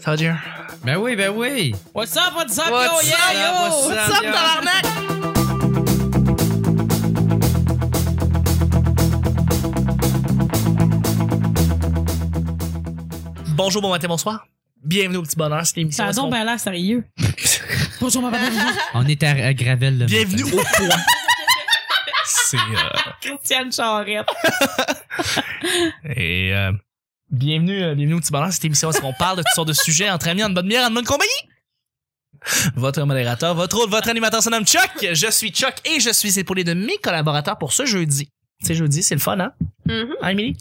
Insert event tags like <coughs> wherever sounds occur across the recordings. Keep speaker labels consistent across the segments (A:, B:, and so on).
A: Ça va, Dieu?
B: Ben oui, ben oui. What's up, what's up, yo, yeah, yo.
C: What's up,
B: yo?
C: tabarnak?
A: Bonjour, bon matin, bonsoir. Bienvenue au petit bonheur, c'est l'émission.
D: Ça a
A: où est-ce
D: donc
A: qu'on-
D: bien
B: <laughs>
D: l'air sérieux. Bonjour, ma madame.
B: On est à, à Gravel.
D: ben-
B: le
A: Bienvenue
B: matin.
A: au point. <laughs> c'est. euh,
D: Christiane Charrette.
A: Et euh, bienvenue, euh, bienvenue au petit bonheur, cette émission où on parle de toutes sortes de sujets entre amis, en bonne bière, en bonne compagnie. Votre modérateur, votre hôte, votre animateur se nomme Chuck. Je suis Chuck et je suis épaulé de mes collaborateurs pour ce jeudi. C'est jeudi, c'est le fun, hein?
D: Mm-hmm.
A: Hein, Émilie?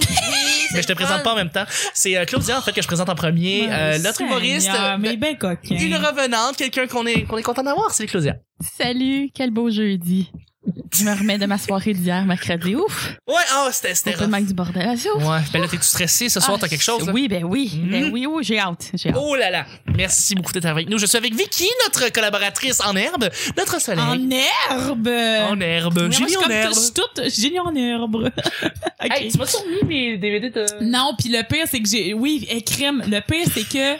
A: Mais je te présente pas en même temps. C'est euh, Claudia, en fait, que je présente en premier. Euh, notre humoriste, euh,
D: Ah, Mais bien coquin.
A: une revenante, quelqu'un qu'on est, qu'on est content d'avoir, c'est Claudia.
C: Salut, quel beau jeudi. Je me remets de ma soirée d'hier, mercredi. Ouf!
A: Ouais, oh, c'était, c'était
C: C'est pas le
A: rough.
C: manque du bordel. Ah, c'est ouf.
A: Ouais. Ben là, t'es-tu stressé ce soir?
C: Ah,
A: T'as quelque chose? là?
C: Oui, ben oui.
A: Mm.
C: Ben oui, oui, j'ai hâte. J'ai hâte.
A: Oh là là! Merci beaucoup d'être avec nous. Je suis avec Vicky, notre collaboratrice en herbe, notre soleil.
D: En herbe.
A: En, herbe.
D: Oui,
A: J'ai mis
D: moi, je suis
A: en
D: comme
A: herbe.
D: tout- je suis toute génie en herbe. <laughs> Ok.
A: Hey, tu m'as surmis les DVD de.
D: Non, puis le pire, c'est que j'ai... Oui, et crème. Le pire,
A: <laughs>
D: c'est que... Et,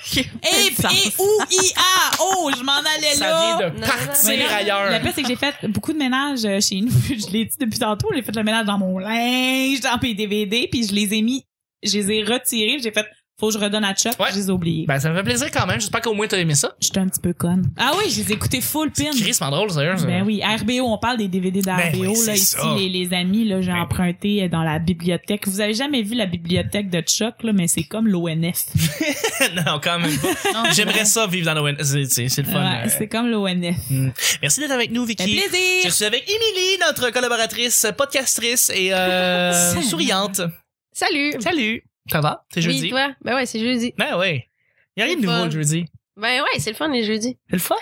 C: Quel sens.
D: et ou, i, a, oh, je m'en allais là.
A: Ça vient de
E: Non,
A: partir
D: Mais là, Le
A: ailleurs.
D: pire, c'est que j'ai fait beaucoup de ménage euh, chez nous. <laughs> Je l'ai dit depuis tantôt. J'ai fait le ménage dans mon linge, dans mes DVD, puis je les ai mis, je les ai retirés. J'ai fait, faut que je redonne à Chuck.
A: Ouais.
D: Je les ai oubliés.
A: Ben, ça me fait plaisir quand même. J'espère qu'au moins t'as aimé ça.
D: J'étais un petit peu conne. Ah oui, je les ai écoutés full pin.
A: Chris, c'est drôle, sérieux. ça.
D: Mm. Ben oui, RBO, on parle des DVD d'RBO,
A: Ben oui,
D: là,
A: c'est
D: ici,
A: ça.
D: les, les amis, là, j'ai
A: Ben oui.
D: emprunté euh, dans la bibliothèque. Vous avez jamais vu la bibliothèque de Chuck, là, mais c'est comme l'ONF.
A: <laughs> non, quand même pas. J'aimerais ça vivre dans l'ON. C'est c'est- c'est le fun.
D: Ouais,
A: euh.
D: c'est comme l'ONF.
A: Merci d'être avec nous,
D: Fait
A: Vicky.
C: Ben,
A: Je
D: plaisir!
A: suis avec Émilie, notre collaboratrice, podcastrice et euh,
D: Salut.
A: souriante.
E: Salut!
A: Salut. Ça va? C'est
E: Oui,
A: jeudi?
E: toi? Ben ouais, c'est jeudi.
A: Ben oui. Y a rien de
E: C'est
A: nouveau
E: fun.
A: le jeudi.
E: Ben ouais, c'est le fun les jeudis.
A: C'est le fun.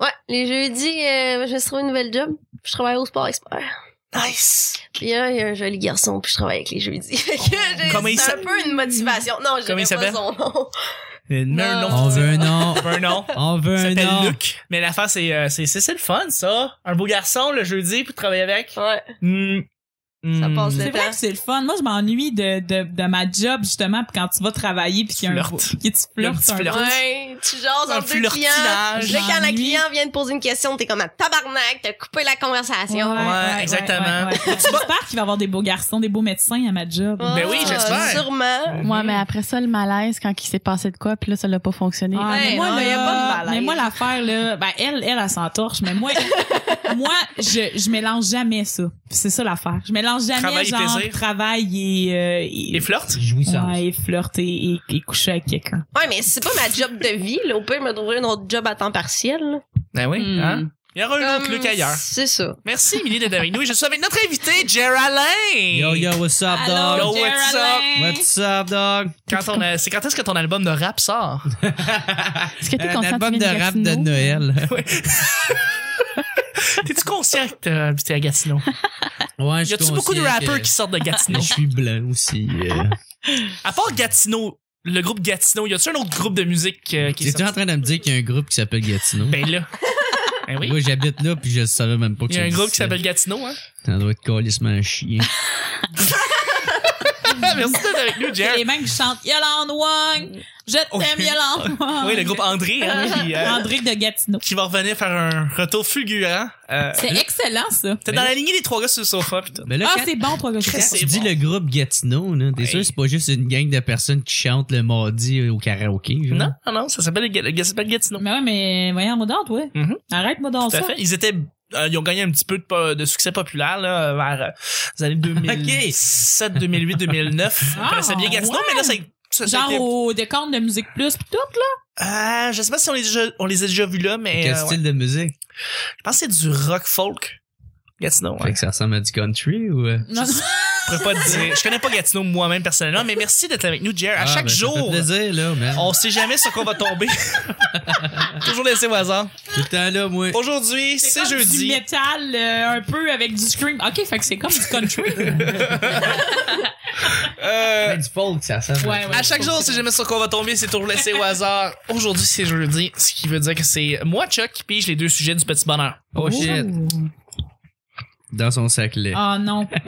E: Ouais, les jeudis, euh, je me suis trouvé une nouvelle job. Je travaille au sport expert.
A: Nice.
E: Puis là, il y a un joli garçon, puis je travaille avec les jeudis. <laughs> Fait
C: <laughs>
E: que j'ai-
A: Comment il
E: c'est un
A: s'appelle?
E: peu une motivation. Non, je
A: Comment il
E: dirais pas
A: s'appelle?
E: son nom.
A: Mais un
E: Non.
A: nom.
B: On veut un
A: On
B: nom.
A: veut <laughs> un nom.
B: On veut
A: Il
B: un
A: s'appelle
B: nom.
A: Luc. Mais l'affaire, c'est, euh, c'est, c'est, c'est le fun, ça. Un beau garçon, le jeudi, pour travailler avec.
E: Ouais.
A: Hmm. Hmm.
E: passe le-
D: C'est vrai que c'est le fun. Moi, je m'ennuie de, de, de ma job, justement, puis quand tu vas travailler, puis qu'il y a un...
A: Flirtes.
D: que tu
A: Le
D: flirtes
A: petit
D: un peu.
A: flirt.
E: Ouais, tu jases
A: Un
E: entre deux clients.
A: flirtinage.
E: Là, quand le
D: J'ennuie.
E: client vient te poser une question, t'es comme un tabarnak, t'as coupé la conversation.
A: Ouais, exactement. <laughs>
D: ouais, ouais. J'espère qu'il va y avoir des beaux garçons, des beaux médecins à ma job.
E: Ah,
A: Ben oui, j'espère.
E: Sûrement.
A: Mm.
C: Ouais, mais après ça, le malaise, quand il s'est passé de quoi, puis là, ça l'a pas fonctionné.
D: Ah,
E: Ouais,
D: mais moi,
E: non,
D: là,
E: y a pas de malaise.
D: mais moi, l'affaire, là, ben, elle, elle, elle, s'entorche, mais
E: <laughs>
D: moi, moi, je, je mélange jamais ça. C'est ça l'affaire. Je mélange jamais,
A: Travail et
D: genre,
A: plaisir.
D: travail et, euh, et,
A: Et flirte.
B: Jouissance.
D: ouais, et flirt et, et- et coucher avec quelqu'un.
E: Ouais, mais c'est pas ma job de vie. Là. Au pire, me trouver un autre job à temps partiel. là.
A: Ben oui,
C: Hmm.
A: hein. Il y aura un autre
E: Comme,
A: Luc ailleurs.
E: C'est ça.
A: Merci, Émilie, d'être avec nous. Et je suis avec notre invité, Geraldine.
B: Yo, yo, what's up,
A: Allô,
B: dog?
A: Ah, Yo, what's up?
D: hein?
B: What's up, dog?
A: Quand on a- c'est quand est-ce que ton album de rap sort?
C: Est-ce que
A: Euh,
C: t'es
B: Un
C: conscient que tu
B: album Euh, de
C: viens
B: rap de
C: Gatineau?
B: Noël.
A: T'es-tu conscient que t'as habité à Gatineau?
B: Ouais, je
A: Y
B: suis
A: a-tu beaucoup de
B: conscient
A: rappeurs
B: que-
A: qui sortent de Gatineau?
B: <laughs> Je suis blanc aussi. euh.
A: À part Gatineau, le groupe Gatineau, y a-tu un autre groupe de musique euh, qui est
B: T'es-tu en
A: sorti?
B: train de me dire qu'il y a un groupe qui s'appelle Gatineau?
A: Ben là. Ben oui.
B: Moi, j'habite là, puis je savais même pas que
A: Il y a
B: ça
A: un groupe qui
B: existait.
A: s'appelle Gatineau, hein? <laughs>
B: Ça doit être calissement un chien.
A: Ah, Merci d'être avec nous,
D: Et
A: Jer.
D: les mêmes qui chantent Yolande Wang, je t'aime
A: Oh, Oui.
D: Yolande Wang.
A: Oui, le groupe André, hein, qui, euh,
D: André de Gatineau.
A: qui va revenir faire un retour fulgurant. Euh,
D: C'est excellent, ça.
A: T'es dans la lignée des trois gars sur le sofa, putain.
B: Mais Ben là,
D: Ah,
B: quand
D: c'est bon, trois gars.
A: Chris,
B: tu
A: c'est
B: dis
A: bon.
B: le groupe Gatineau, là, t'es
A: Ouais.
B: sûr que c'est pas juste une gang de personnes qui chantent le mardi au karaoké? genre?
A: Non, non, non, ça s'appelle le Ga- le- ça s'appelle Gatineau.
D: Mais ouais, mais voyons, moi d'autres, ouais.
A: Mhm.
D: Arrête-moi dans
A: Tout à
D: ça.
A: fait. Ils étaient, euh, ils ont gagné un petit peu de, po- de succès populaire, là, vers euh, les
B: <laughs>
A: années 2007, 2008, 2009. On
D: Ah,
A: connaissait bien Gatineau,
D: ouais.
A: mais là, c'est, ça, ça a été-
D: Genre au décompte de musique plus pis tout, là.
A: Ah, je sais pas si on les, a déjà- on les a déjà vus là, mais
B: Quel
A: euh, ouais.
B: style de musique?
A: je pense que c'est du rock folk. Gatineau,
B: Fait
A: ouais.
B: que ça ressemble à du country ou... euh?
D: Non, non.
A: Je pourrais pas te dire. Je connais pas Gatineau moi-même personnellement, mais merci d'être avec nous, Jer. À
B: Ah,
A: chaque
B: ben, ça fait
A: jour,
B: plaisir, là, man.
A: on sait jamais sur quoi on va
B: <laughs>
A: tomber. Toujours laissé au hasard.
B: Tout le temps là, moi.
A: Aujourd'hui, c'est
D: comme Du
A: jeudi.
D: métal euh, un peu avec du scream. OK, fait que c'est comme du country.
A: <laughs> Euh,
B: du folk, ça ressemble.
D: Ouais, ouais.
A: à chaque jour, on sait jamais sur quoi on va tomber, c'est toujours laissé au hasard. Aujourd'hui, c'est jeudi, ce qui veut dire que c'est moi, Chuck, qui pige les deux sujets du petit bonheur.
B: Oh
A: <laughs>
B: shit.
D: Oh.
B: Dans son sac lait.
D: Ah non. <laughs>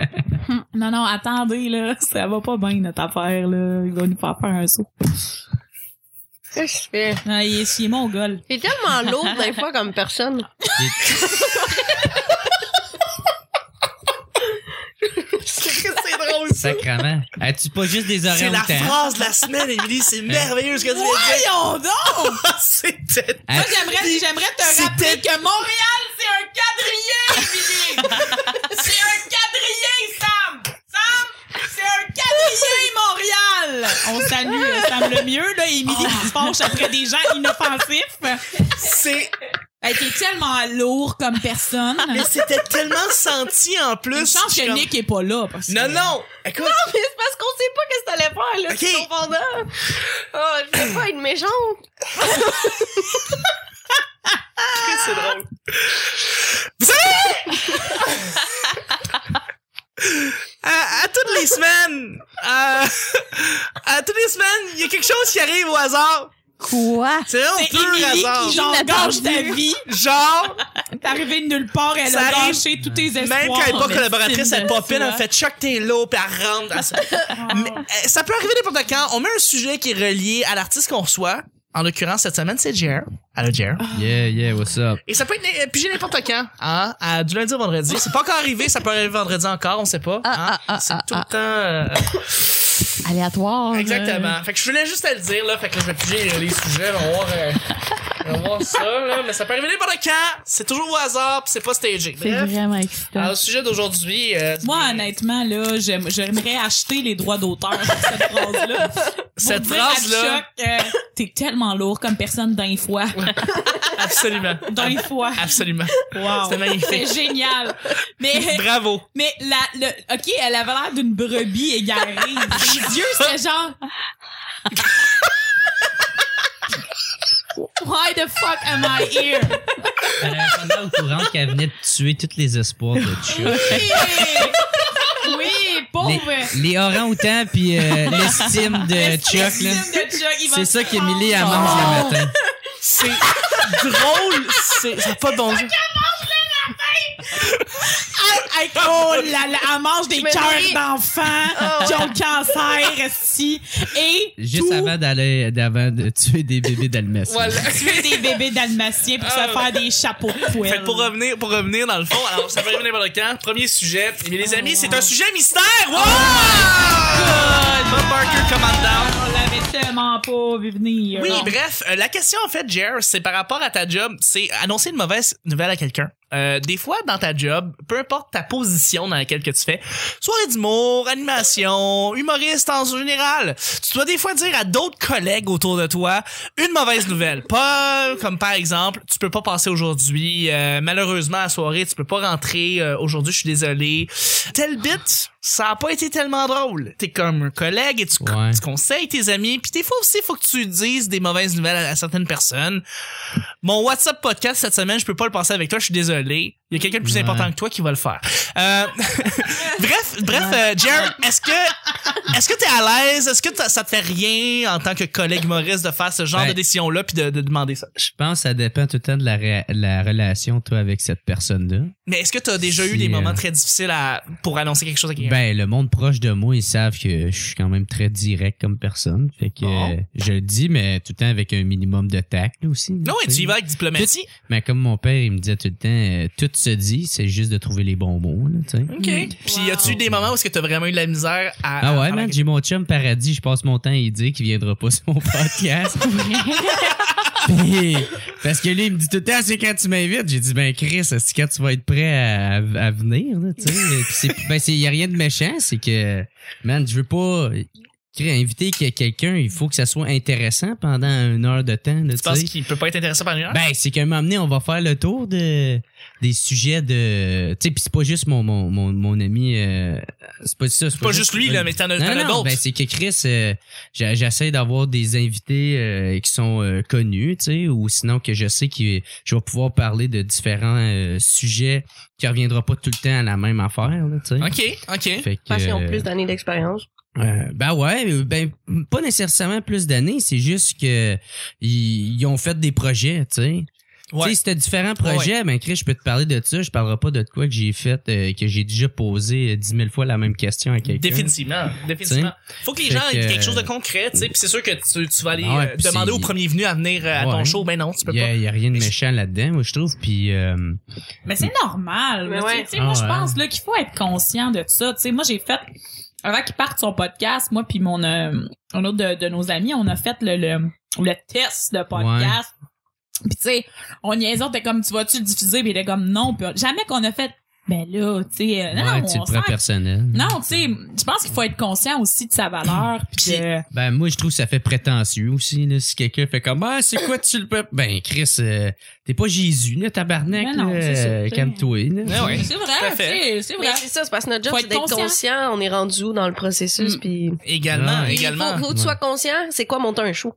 D: Hum, non, non, attendez, là. Ça va pas bien, notre affaire, là. Il va nous faire faire un saut.
E: Qu'est-ce que je fais?
D: Non, Ah, il est, il est mongol.
E: Il est tellement lourd des fois comme personne. c'est drôle.
B: Sacrement. As-tu pas juste des oreilles
A: C'est la
B: en temps?
A: phrase de la semaine, Émilie.
B: Hein?
A: C'est merveilleux ce que tu viens
B: <laughs>
A: de dire.
D: Voyons donc!
A: Ah, C'était
D: Moi, Ah, j'aimerais, j'aimerais te
A: C'était-
D: rappeler
A: <laughs>
D: que Montréal, c'est un quadrillé, Billy! c'est un quadrillé, Sam! Sam, c'est un quadrillé, Montréal! On salue euh, Sam le mieux, là, Émilie qui se penche après des gens inoffensifs.
A: c'est
D: Elle était tellement lourd comme personne.
A: mais c'était tellement senti en plus.
D: Une chance
A: Je suis
D: que
A: comme-
D: Nick est pas là. Parce que...
A: Non non, écoute,
E: Mais c'est parce qu'on sait pas qu'est-ce que t'allais faire, là,
A: Ok.
E: c'est ton pendant. Oh,
A: Ah,
E: je voulais pas être méchante.
A: c'est <laughs> drôle. à, à toutes les semaines, euh, à toutes les semaines, il y a quelque chose qui arrive au hasard.
C: Quoi?
A: C'est vraiment
D: C'est
A: pur
D: Émilie
A: hasard.
D: qui genre gâche ta vie.
A: Genre,
D: T'es arrivée de nulle part, elle
A: Ça
D: a
A: arrive.
D: gâché tous tes espoirs.
A: même quand elle est pas
D: Ah, Mais
A: collaboratrice,
D: c'est
A: elle
D: une
A: pop in,
D: fois.
A: elle fait choc tes lots, puis elle rentre. Elle se- Mais, euh, ça peut arriver n'importe quand. On met un sujet qui est relié à l'artiste qu'on reçoit. En l'occurrence, cette semaine, c'est Jer. Allô, Jer.
B: Yeah, yeah, what's up?
A: Et ça peut être euh, pigé n'importe quand, hein? À, du lundi au vendredi. C'est pas encore arrivé, ça peut arriver vendredi encore, on sait pas.
C: Ah,
A: hein.
C: ah, ah,
A: c'est
C: ah,
A: tout le temps. euh,
C: Aléatoire. euh,
A: exactement. Fait que je voulais juste te le dire, là. Fait que là, je vais piger euh, les sujets, on va voir, euh, on va voir ça, là. Mais ça peut arriver n'importe quand. C'est toujours au hasard, pis c'est pas stagé.
C: C'est
A: Bref. Ah
C: vraiment excitant.
A: Alors,
C: <laughs>
A: le sujet d'aujourd'hui, euh,
D: Moi, honnêtement, là, j'aime- j'aimerais acheter les droits d'auteur pour cette phrase-là. Pour
A: cette
D: dire à
A: phrase-là,
D: Chuck, euh, T'es tellement lourd comme personne d'un fois.
A: absolument.
D: D'un fois.
A: Absolument.
D: Wow.
A: C'est magnifique. <laughs>
D: C'est génial. Mais,
A: Bravo.
D: mais la, le, OK, elle avait l'air d'une brebis égarée. Les yeux, c'était genre... Why the fuck am I here?
B: Elle avait pas l'air au courant qu'elle venait de tuer tous les espoirs de
A: <laughs>
B: Chuck.
D: Oui! Oui,
A: Oh,
B: Les,
D: pauvre!
A: ben.
B: les orangs-outans puis euh, l'estime de Chuck, là.
D: L'estime de Chuck, il va
B: C'est
D: se
B: ça qu'Émilie, elle
D: prendre.
A: Oh.
B: mange le matin.
A: <laughs> C'est drôle. C'est ça a pas de bon Dieu.
D: Hey, oh là là, elle mange des
E: Je me
D: cœurs
E: nourris.
D: d'enfants qui ont le cancer, esti, et
B: Juste
D: tout
B: avant d'aller, d'avant de tuer des bébés d'Almes.
A: Voilà.
D: des bébés d'almatiens pour
A: Ah.
D: se faire des chapeaux de poêle.
A: Fait que pour revenir, pour revenir dans le fond, alors ça va revenir n'importe quand. Premier sujet. Mais les amis, c'est un sujet mystère. Wow! Oh, Bob Barker, command down.
D: On l'avait tellement pas vu venir.
A: Oui,
D: Non.
A: bref, euh, la question en fait, Jer, c'est par rapport à ta job, c'est annoncer une mauvaise nouvelle à quelqu'un. Euh, des fois, dans ta job, peu importe ta position dans laquelle que tu fais, soirée d'humour, animation, humoriste en général, tu dois des fois dire à d'autres collègues autour de toi une mauvaise nouvelle. Pas euh, comme par exemple, tu peux pas passer aujourd'hui, euh, malheureusement à la soirée, tu peux pas rentrer euh, aujourd'hui, je suis désolé. Tel bit, ça a pas été tellement drôle. T'es comme un collègue et tu, co-
B: Ouais.
A: tu conseilles tes amis, puis des fois aussi, faut que tu dises des mauvaises nouvelles à, à certaines personnes. Mon WhatsApp podcast cette semaine, je peux pas le passer avec toi, je suis désolé. Il y a quelqu'un de plus
B: Ouais.
A: important que toi qui va le faire. Euh, <laughs> bref, bref, euh, Jer, est-ce que est-ce que t'es à l'aise? Est-ce que t'as- ça te fait rien en tant que collègue Maurice de faire ce genre
B: Ben.
A: de décision-là puis de, de demander ça?
B: Je pense que ça dépend tout le temps de la, ré- la relation, toi, avec cette personne-là.
A: Mais est-ce que t'as déjà eu
B: Si,
A: des moments
B: euh,
A: très difficiles à, pour annoncer quelque chose à quelqu'un?
B: Ben, le monde proche de moi, ils savent que je suis quand même très direct comme personne. Fait que
A: Bon.
B: euh, je le dis, mais tout le temps avec un minimum de tact là, aussi.
A: non, et
B: sais.
A: tu y vas avec diplomatie.
B: Mais comme mon père, il me disait tout le temps, euh, tout se dit, c'est juste de trouver les bons mots. Là, tu sais.
A: OK. Puis y a-tu eu des moments où est-ce que t'as vraiment eu de la misère à. à-
B: Ah
A: à-
B: ouais, man, j'ai mon chum paradis, je passe mon temps à y dire qu'il viendra pas sur mon <laughs> podcast. Puis, parce que lui, il me dit tout le temps, c'est quand tu m'invites. J'ai dit, ben Chris, c'est quand tu vas être prêt à, à venir, là, tu sais. Puis c'est- ben, il y a rien de méchant, c'est que, man, je veux pas Chris, inviter que- quelqu'un, il faut que ça soit intéressant pendant une heure de temps, là,
A: Tu penses
B: sais.
A: qu'il peut pas être intéressé par une heure?
B: <laughs> Ben, c'est qu'à un moment donné, on va faire le tour de des sujets de. Tu sais, puis c'est pas juste mon, mon, mon, mon ami. euh, c'est pas ça. C'est
A: pas juste lui, là, mais t'en as t'en
B: Non,
A: as
B: non,
A: d'autres.
B: ben c'est que Chris, euh, j'a- j'essaie d'avoir des invités euh, qui sont euh, connus, tu sais, ou sinon que je sais que je vais pouvoir parler de différents euh, sujets qui reviendra pas tout le temps à la même affaire, là, Ben, tu sais.
A: OK, OK.
B: Fait que,
E: Parce qu'ils ont
B: euh,
E: plus d'années d'expérience.
B: euh, ben ouais, euh, ben pas nécessairement plus d'années, c'est juste que ils, ils ont fait des projets, tu sais.
A: Ouais.
B: Tu sais, c'était différents projets, mais Chris, je peux te parler de ça. Je parlerai pas de quoi que j'ai fait, euh, que j'ai déjà posé euh, dix mille fois la même question à quelqu'un.
A: Définitivement, définitivement. Faut que les
B: Fait
A: gens aient
B: que-
A: quelque chose de concret, tu sais, puis c'est sûr que tu, tu vas aller
B: Ah ouais,
A: euh,
B: puis
A: demander
B: c'est-
A: au premier venu à venir euh, à ton
B: Ouais.
A: show, ben non, tu peux
B: Il y a,
A: pas.
B: y a rien de
A: Mais-
B: méchant là-dedans, moi, je trouve. Puis, euh,
D: Mais c'est normal.
E: Mais
D: là,
E: ouais.
D: tu sais, moi,
B: Mm. Ah
D: je
B: ouais.
D: pense là, qu'il faut être conscient de ça. Tu sais, moi, j'ai fait... Avant qu'il parte son podcast, moi puis mon euh, un autre de, de nos amis, on a fait le, le, le test de podcast. Puis tu sais, on niaisait, on était comme, tu vas-tu le diffuser? Puis il était comme, non. Puis on- jamais qu'on a fait, ben là, tu sais, euh, non,
B: ouais,
D: non,
B: tu
D: on
B: le prends
D: sent-
B: personnel.
D: Non, tu sais, je pense qu'il faut être conscient aussi de sa valeur. puis de-
B: Ben, moi, je trouve que ça fait prétentieux aussi, là. Si quelqu'un fait comme, ah, c'est quoi, tu le peux? Ben, Chris, euh, t'es pas Jésus, là, tabarnak,
D: Mais non,
B: là,
D: c'est ça,
B: euh,
D: t'sais.
B: Calme-toi, là.
A: Ouais, Ben ouais.
D: C'est
A: Tout à
D: vrai,
A: fait.
D: c'est c'est vrai.
E: Mais c'est ça, c'est parce que notre job,
D: Faut
E: c'est
D: être
E: d'être
D: conscient.
E: conscient. On est rendu où dans le processus,
D: Mm.
E: puis...
A: Également,
B: Ouais.
A: Ah, également.
E: Il faut, faut que tu sois conscient, c'est quoi monter un show.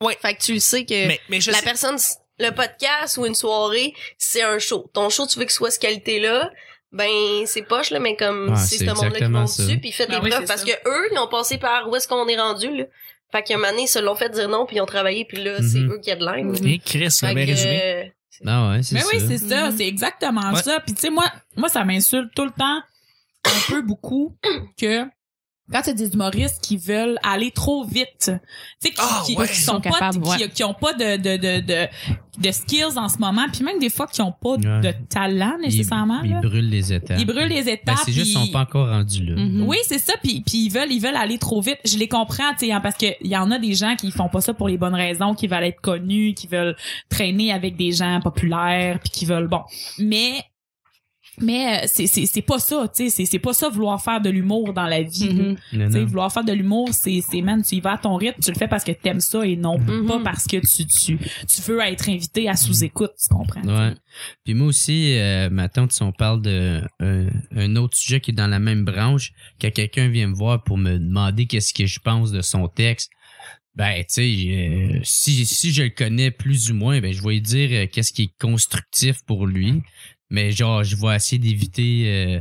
A: Ouais.
E: Fait que tu le sais que
A: Mais, mais je
E: la
A: sais-
E: personne, le podcast ou une soirée, c'est un show. Ton show, tu veux que ce soit cette qualité-là, ben c'est poche là, mais comme
A: Ah,
B: Ouais,
E: c'est ce
B: c'est
E: monde-là qui
B: exactement
E: monte
B: ça.
E: dessus, puis fait
D: Ben
E: des
D: oui,
E: preuves
D: c'est
E: parce
D: ça.
E: que eux, ils ont passé par où est-ce qu'on est rendu là. Fait qu'à un moment donné, ils se l'ont fait dire non, puis ils ont travaillé, puis là, c'est
A: Mm-hmm.
B: Mhm.
E: eux qui headline. Mhm.
A: Et Chris l'a
E: Fait
B: ben
A: bien
E: que,
A: résumé.
E: euh,
B: Ah, ouais, c'est
D: Mais
B: ça.
D: oui, c'est ça,
E: Mhm.
D: c'est exactement
A: Ouais.
D: ça. Puis tu sais, moi, moi, ça m'insulte tout le temps, un peu beaucoup, que quand tu as des humoristes qui veulent aller trop vite, tu sais, qui,
A: Ah,
D: qui,
A: ouais.
D: qui sont
C: Sont
D: pas,
C: capables,
D: qui- qui, ont pas de, de, de, de, de skills en ce moment, puis même des fois qui ont pas
B: Ouais.
D: de talent
B: Ils-
D: nécessairement.
B: Ils,
D: là.
B: brûlent les étapes.
D: Ils brûlent les
B: Ben,
D: étapes.
B: c'est juste, qu'ils
D: puis-
B: sont pas encore rendus là.
C: Mhm.
D: oui, c'est ça. Puis, puis ils veulent, ils veulent aller trop vite. Je les comprends, tu sais, hein, parce que il y en a des gens qui font pas ça pour les bonnes raisons, qui veulent être connus, qui veulent traîner avec des gens populaires, puis qui veulent bon. Mais mais euh, c'est c'est c'est pas ça, tu sais, c'est c'est pas ça vouloir faire de l'humour dans la vie.
C: Mhm.
A: Mm-hmm.
B: Non,
D: Tu sais,
B: non.
D: vouloir faire de l'humour, c'est, c'est, man, tu y vas à ton rythme, tu le fais parce que t'aimes ça et non
B: Mm-hmm.
E: Mhm.
D: pas parce que tu, tu, tu veux être invité à sous-écoute, tu comprends?
B: Ouais. Puis moi aussi, euh, ma tante, si on parle de un, un autre sujet qui est dans la même branche, quand quelqu'un vient me voir pour me demander qu'est-ce que je pense de son texte, ben, tu sais, euh, si, si je le connais plus ou moins, ben, je vais lui dire euh, qu'est-ce qui est constructif pour lui. Mais genre, je vais essayer d'éviter euh,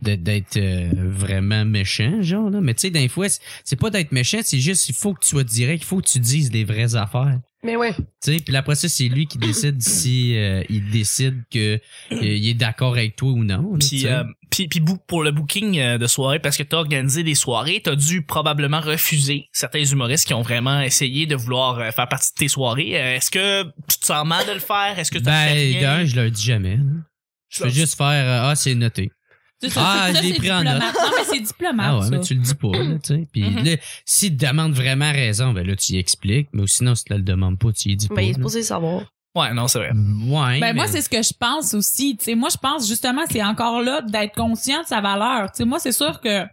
B: de- d'être euh, vraiment méchant, genre, là. Mais tu sais, d'un fois, c'est- c'est pas d'être méchant, c'est juste, il faut que tu sois direct, il faut que tu dises les vraies affaires.
E: Mais ouais.
B: Tu sais, puis après ça, c'est
A: <coughs>
B: lui qui décide si euh, il décide que euh, il est d'accord avec toi ou non. là, tu
A: Puis,
B: sais.
A: euh, puis, puis bou- pour le booking euh, de soirée, parce que t'as organisé des soirées, t'as dû probablement refuser certains humoristes qui ont vraiment essayé de vouloir euh, faire partie de tes soirées. Euh, Est-ce que tu te sens mal de le faire? Est-ce que tu
B: ben,
A: fais rien?
B: d'un, je leur dis jamais. hein. Je fais juste faire euh, ah c'est noté.
D: C'est ça,
B: Ah,
D: c'est- ça,
B: je l'ai
D: c'est
B: pris en
D: diplomate.
B: note.
D: Non, mais c'est diplomate,
B: Ah ouais,
D: ça.
B: mais tu le dis pas, là, tu
A: <coughs>
B: sais. Puis
A: Mhm.
B: là, s'il te demande vraiment raison, ben là tu y expliques. Mais sinon, si tu le demandes pas, tu y dis pas.
E: Ben, il est
B: là.
E: supposé le savoir.
A: Ouais, non, c'est vrai.
B: Ouais.
D: Ben moi
B: mais-
D: c'est ce que je pense aussi. Tu sais moi je pense justement c'est encore là d'être conscient de sa valeur. Tu sais moi c'est sûr que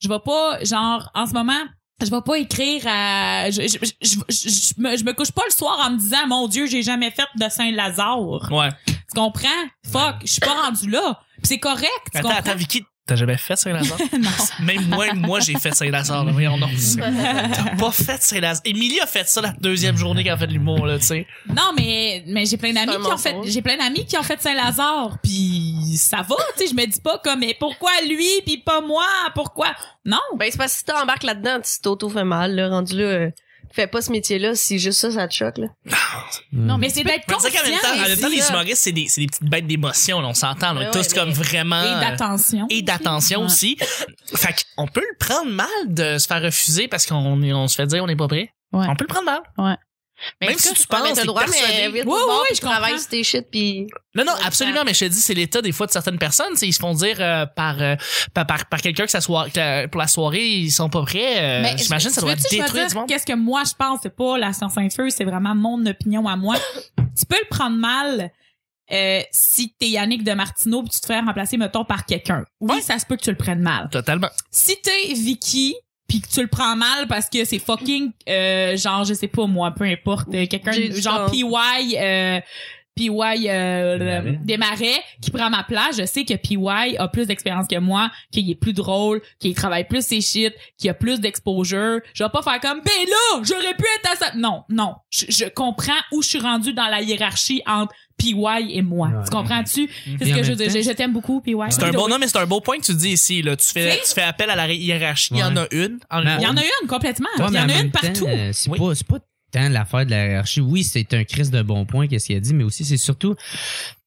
D: je vais pas genre en ce moment je vais pas écrire à je je, je, je, je- je me, je me couche pas le soir en me disant mon dieu j'ai jamais fait de Saint Lazare.
A: Ouais.
D: Tu comprends Fuck je suis pas rendu là. Puis c'est correct. Tu
A: Attends,
D: comprends
A: attends, Vicky, t'as jamais fait Saint-Lazare?
D: Non.
A: <laughs> Même moi, moi, j'ai fait Saint-Lazare, là. Voyons donc. T'as pas fait Saint-Lazare. Émilie a fait ça la deuxième journée qu'elle a fait de l'humour, là, tu sais.
D: Non, mais, mais j'ai plein d'amis
E: C'est un
D: qui ont fait,
E: mensonge.
D: j'ai plein d'amis qui ont fait Saint-Lazare, puis ça va, tu sais, je me dis pas comme, mais pourquoi lui, puis pas moi, pourquoi? Non.
E: Ben, c'est parce que si t'embarques là-dedans, tu t'auto fais mal, là, rendu là. euh, Fais pas ce métier-là, si juste ça, ça te choque, là.
A: Mm.
D: Non, mais c'est d'être
A: Mais c'est
D: conscient
A: vrai qu'en même temps, en même temps,
E: c'est
A: les
E: ça.
A: humoristes, c'est des, c'est des petites bêtes d'émotion, là, on s'entend. là. On est
E: Ouais,
A: tous
E: ouais,
A: comme
E: mais-
A: vraiment... euh,
D: et d'attention.
A: et d'attention
D: Ouais.
A: aussi. Fait qu'on peut le prendre mal de se faire refuser parce qu'on est- on se fait dire on n'est pas prêt.
C: Ouais.
A: On peut le prendre mal.
E: Mais
A: Même
E: en tout
A: si
E: cas,
A: tu penses,
E: ouais, mais Ben, t'as
A: t'es
E: le droit,
A: persuadé.
E: mais vite
D: Ouais,
E: au bord,
D: ouais,
E: puis
D: je
E: travaille
D: comprends.
E: sur tes shit, puis
A: Non, non,
E: Ouais,
A: absolument, mais je te dis, c'est l'état des fois de certaines personnes. tu sais, Ils se font dire euh, par, euh, par, par, par quelqu'un que, ça soit, que la- pour la soirée, ils sont pas prêts. euh,
D: Mais
A: J'imagine que ça doit
D: veux-tu que je me
A: détruire
D: dise
A: du monde.
D: Qu'est-ce que moi je pense, c'est pas la science infuse, c'est vraiment mon opinion à moi. <coughs> tu peux le prendre mal. Euh, si t'es Yannick de Martineau pis tu te fais remplacer mettons par quelqu'un oui ça se peut que tu le prennes mal
A: Totalement.
D: si t'es Vicky puis que tu le prends mal parce que c'est fucking euh, genre je sais pas moi peu importe euh, quelqu'un
E: J'ai du
D: genre
E: temps.
D: PY euh, PY euh,
B: Desmarais.
D: Desmarais, qui prend ma place je sais que PY a plus d'expérience que moi qu'il est plus drôle qu'il travaille plus ses shit qu'il a plus d'exposure je vais pas faire comme ben là j'aurais pu être à ça non non je, je comprends où je suis rendu dans la hiérarchie entre PY et moi
B: Ouais.
D: tu comprends-tu c'est
B: Et
D: ce
B: en
D: que
B: même
D: je veux dire
B: temps,
D: je, je t'aime beaucoup PY
A: C'est un bon nom, mais c'est un beau point que tu dis ici. Là. Tu, fais,
D: Tu sais?
A: tu fais appel à la hiérarchie. Il y en
B: Ouais.
A: a une. En
B: Ben,
D: Ah, il y en a une complètement il y en a une partout
B: euh, c'est
A: Oui.
B: pas, c'est pas tant l'affaire de la hiérarchie. Oui, c'est un crise de bon point qu'est-ce qu'il a dit, mais aussi c'est surtout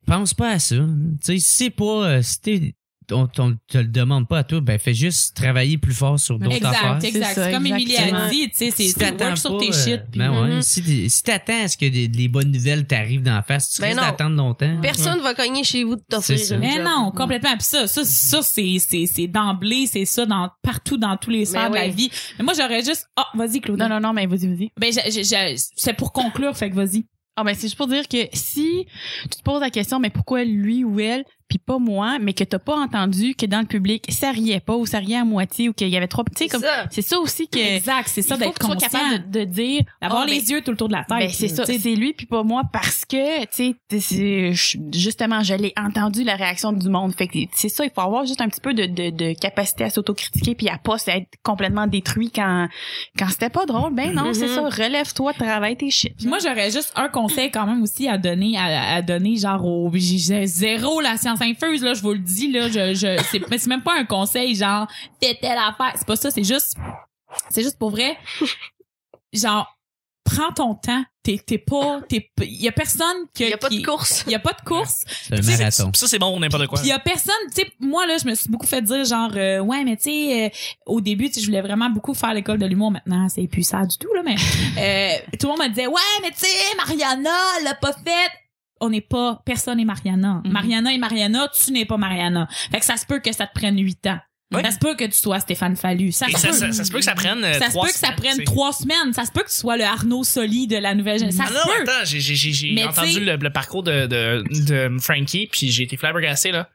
B: pense pas à ça. Tu sais, c'est pas euh, si t'es- on, on te le demande pas à toi, ben fais juste travailler plus fort sur d'autres affaires.
D: Exact, exact.
C: affaires. C'est
D: C'est
C: ça,
D: comme Émilie
C: exactement.
D: a dit, tu sais, c'est
B: Si
D: tu
B: t'attends
D: work sur
B: pas,
D: tes
B: euh,
D: shit. puis- mm-hmm.
B: ben ouais.
E: Mhm.
B: Si t'es- si t'attends à ce que des, les bonnes nouvelles t'arrivent d'en face, tu
E: Ben
B: risques
E: non.
B: d'attendre longtemps.
E: Personne va cogner chez vous de t'offrir
B: Mhm. C'est ça.
E: une
D: Mais
E: job.
D: non, complètement. Puis ça, ça, ça c'est, c'est, c'est d'emblée, c'est ça dans, partout dans tous les sphères
E: Mais
D: de la
E: oui.
D: vie. Mais moi, j'aurais juste, ah, vas-y, Claude.
C: Non, non, non, mais vas-y, vas-y.
D: Ben, j'ai- j'ai- j'ai- c'est pour conclure, fait que vas-y.
C: Ah, ben, c'est juste pour dire que si tu te poses la question, mais pourquoi lui ou elle, puis pas moi, mais que t'as pas entendu que dans le public, ça riait pas ou ça riait à moitié ou qu'il y avait trois petits,
E: C'est
C: comme.
E: ça.
C: C'est ça aussi que.
D: Exact, c'est ça
C: il faut
D: d'être
C: que tu sois
D: conscient.
C: capable de, de dire.
D: D'avoir
C: ah,
D: les
C: ben,
D: yeux tout le tour de la tête.
C: Ben, c'est ça,
D: tu sais.
C: c'est lui puis pas moi parce que tu sais t'es- c'est- je- justement je l'ai entendu la réaction du monde fait que c'est ça il faut avoir juste un petit peu de, de, de capacité à s'autocritiquer puis à pas être complètement détruit quand quand c'était pas drôle ben non
E: Mhm.
C: c'est ça relève-toi travaille tes shit
D: Puis moi, j'aurais juste un conseil quand même aussi à donner, à, à donner genre au... J'ai j'ai zéro la science infuse, là, je vous le dis, là. Je, je, c'est, mais c'est même pas un conseil genre, fais telle affaire. C'est pas ça, c'est juste... C'est juste pour
E: <laughs>
D: vrai. Genre, prends ton temps. T'es, t'es pas... T'es, y a personne que...
E: Il n'y a pas
D: qui-
E: de course.
D: Y a pas de course.
B: C'est un
A: Tu sais,
B: marathon.
A: c'est- Ça, c'est bon pour n'importe quoi.
D: Puis il y a personne, tu sais, moi là, je me suis beaucoup fait dire genre euh, ouais, mais tu sais euh, au début, tu sais, je voulais vraiment beaucoup faire l'école de l'humour maintenant, c'est plus ça du tout là,
A: <laughs>
D: mais euh, tout le monde me disait ouais, mais tu sais Mariana, elle l'a pas fait. On n'est pas personne n'est Mariana.
C: Mhm.
D: Mariana est Mariana, tu n'es pas Mariana. Fait que ça se peut que ça te prenne huit ans.
A: Oui.
D: Ça se peut que tu sois Stéphane Fallu. Ça
A: Et
D: se
A: ça,
D: peut.
A: ça- ça se peut que ça prenne euh,
D: Ça se
A: trois
D: peut que ça
A: semaines,
D: prenne
A: t'sais.
D: trois semaines. Ça se peut que tu sois le Arnaud Soli de la nouvelle génération.
A: Ah
D: Ça se
A: non,
D: peut.
A: attends, j'ai- j'ai- j'ai j'ai
D: Mais
A: entendu
D: t'sais-
A: le, le parcours de, de, de Frankie, puis j'ai été flabbergassé, là.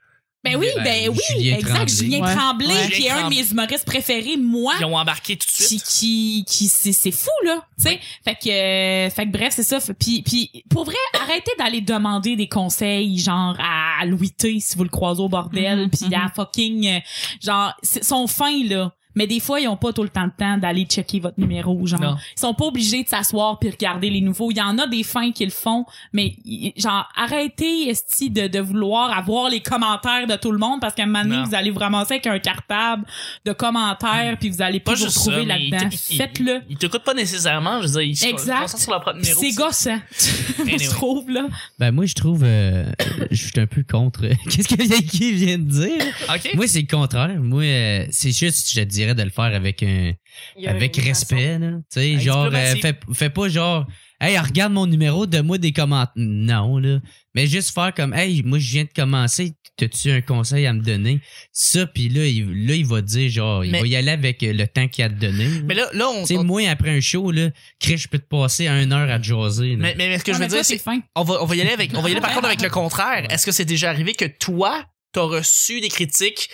D: Ben oui,
B: Ben,
D: ben oui,
B: Julien
D: exact.
B: Tremblay.
D: Julien
C: Ouais.
D: Tremblay,
A: Ouais.
D: qui est
A: Julien
D: un de mes humoristes préférés, moi,
A: Ils ont embarqué tout de
D: qui,
A: suite.
D: qui, qui c'est, c'est fou, là. Tu sais, fait que, euh, fait que bref, c'est ça. Fait- Puis, puis,
A: <laughs>
D: pour vrai, arrêtez d'aller demander des conseils, genre, à Louis T, si vous le croisez au bordel,
A: Mm-hmm,
C: Mhm,
D: puis à fucking, euh, genre, ils sont fins, là. Mais des fois, ils ont pas tout le temps le temps d'aller checker votre numéro, genre.
A: Non.
D: Ils sont pas obligés de s'asseoir puis regarder les nouveaux. Il y en a des fins qui le font, mais y- genre arrêtez esti de, de vouloir avoir les commentaires de tout le monde parce qu'à un moment donné,
A: Non.
D: vous allez vous ramasser avec un cartable de commentaires puis vous allez
A: Hmm. Pas
D: pas vous
A: juste ça,
D: retrouver
A: mais il
D: là-dedans.
A: t- il-
D: Faites-le.
A: Ils te coûtent pas nécessairement, je veux dire, ils se
D: Exact.
A: concentrent sur leur propre
D: Puis
A: numéro.
D: C'est gossant. <laughs> On
A: Anyway.
D: se trouve là.
B: Ben moi je trouve euh, <coughs> je suis un peu contre euh, <laughs> qu'est-ce que Yankee vient de dire.
A: OK.
B: Moi c'est le contraire. Moi euh, c'est juste je te dirais de le faire avec un
E: Il y a
B: avec
E: une
B: respect là, tu sais
A: Avec
B: genre euh,
A: diplomatie.
B: fais, fais pas genre hey regarde mon numéro de moi des commentaires. Non là, mais juste faire comme hey moi je viens de commencer, t'as-tu un conseil à me donner Ça puis là il, là il va dire genre il
A: Mais-
B: va y aller avec euh, le temps qu'il a donné. là.
A: Mais là, là on,
B: Tu sais
A: on-
B: moi après un show là, Chris, je peux te passer une heure à te jaser. là.
A: mais, mais, mais ce que
D: Non,
A: je
D: mais
A: veux
D: toi,
A: dire,
D: t'es
A: c'est
D: fin.
A: on va, on va y aller avec, on va y aller par contre avec le contraire. Est-ce que c'est déjà arrivé que toi, t'as reçu des critiques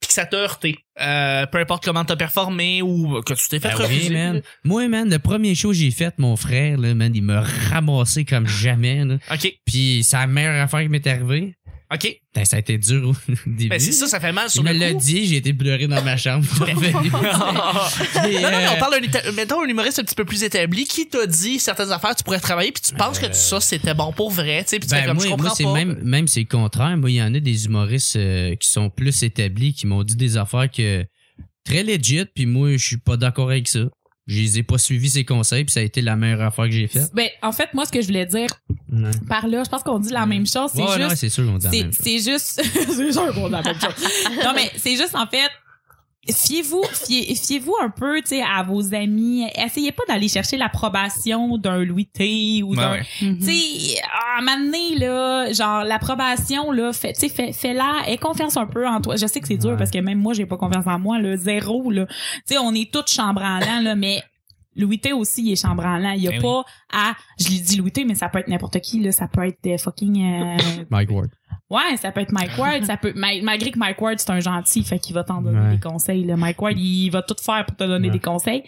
A: puis que ça t'a heurté? Euh, peu importe comment t'as performé ou que tu t'es fait
B: Ben oui,
A: refuser.
B: man. Moi, man, le premier show que j'ai fait, mon frère, là, man, il m'a ramassé comme jamais. Là.
A: OK.
B: Puis c'est la meilleure affaire qui m'est arrivée.
A: OK.
B: Putain, ça a été dur au <laughs> début.
A: Ben, c'est ça, ça fait mal
B: il
A: sur
B: me
A: le <laughs>
B: l'a
A: coup.
B: dit, j'ai été pleurer dans ma chambre. pour revenir. <laughs> Puis,
A: Non, non, mais
B: euh,
A: on parle d'un éta- mettons un humoriste un petit peu plus établi qui t'a dit certaines affaires, tu pourrais travailler, puis tu penses que ça, c'était bon pour vrai, tu sais, puis tu
B: Euh. ben,
A: fais comme,
B: moi,
A: je
B: moi,
A: comprends
B: c'est
A: pas.
B: même, même c'est le contraire. Moi, il y en a des humoristes euh, qui sont plus établis, qui m'ont dit des affaires que très legit, puis moi, je suis pas d'accord avec ça. Je les ai pas suivis ces conseils, puis ça a été la meilleure affaire que j'ai faite.
D: Ben, en fait, moi, ce que je voulais dire
B: Ouais,
D: par là, je pense qu'on dit la
A: Hmm.
B: Mm.
D: même chose. C'est
B: ouais,
D: juste
B: non, c'est sûr qu'on dit la
D: C'est-
B: même chose.
D: C'est juste. <laughs> c'est sûr qu'on a la même chose. Non, mais c'est juste, en fait. Fiez-vous, fiez, fiez-vous un peu, tu sais, à vos amis. Essayez pas d'aller chercher l'approbation d'un Louis T ou
A: Ouais,
B: Ben
D: d'un,
A: ouais.
C: Mm-hmm.
D: tu sais, à un moment donné, là, genre, l'approbation, là, fait, tu sais, fais- fais-la, aie confiance un peu en toi. Je sais que c'est dur
B: Ouais.
D: parce que même moi, j'ai pas confiance en moi, là, zéro, là. Tu sais, on est tous chambranlants, là, mais Louis T aussi, il est chambranlant. Il y a
A: Ben oui.
D: pas à, je l'ai dit Louis T, mais ça peut être n'importe qui, là, ça peut être euh, fucking, euh,
B: <laughs> Mike Ward.
D: Ouais, ça peut être Mike Ward, ça peut ma- malgré que Mike Ward c'est un gentil, fait qu'il va t'en donner
B: Ouais.
D: des conseils. Là. Mike Ward, il va tout faire pour te donner
B: Ouais.
D: des conseils.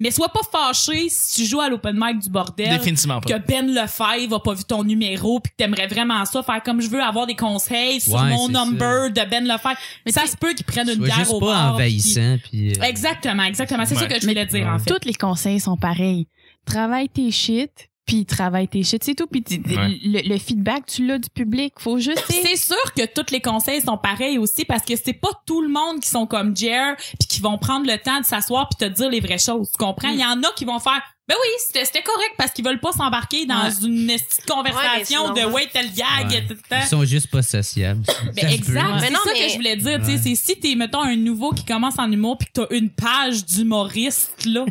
D: Mais sois pas fâché si tu joues à l'open mic du bordel.
A: Définitivement pas.
D: Que Ben Lefebvre a pas vu ton numéro puis que t'aimerais vraiment ça faire comme je veux avoir des conseils sur
B: Ouais,
D: mon
B: c'est
D: number de Ben Lefebvre. Mais ça se peut qu'ils prennent une
B: Sois
D: bière
B: juste
D: au
B: pas
D: bar.
B: envahissant puis euh,
D: puis- Exactement, exactement. C'est
A: Ouais.
D: ça que je voulais dire en fait.
C: Tous les conseils sont pareils. Travaille tes shit, puis travaille tes shit, c'est tout. Puis tu-
A: Ouais.
C: le, le feedback, tu l'as du public. Faut juste... tu sais,
D: C'est sûr que tous les conseils sont pareils aussi parce que c'est pas tout le monde qui sont comme Jer puis qui vont prendre le temps de s'asseoir puis te dire les vraies choses. Tu comprends? Il y en a qui vont faire Ben oui, c'était c'était correct parce qu'ils veulent pas s'embarquer dans
C: Ouais.
D: une petite conversation
E: Ouais, mais c'est
D: de wait tel gag.
B: Ouais.
D: tata.
B: Ils sont juste pas sociables.
D: Ben exact,
B: hein.
E: Mais
D: c'est
E: non,
D: ça
E: mais-
D: que je voulais dire. tu
B: Ouais.
D: sais, C'est si t'es, mettons, un nouveau qui commence en humour puis que t'as une page d'humoriste,
E: <laughs>
D: là.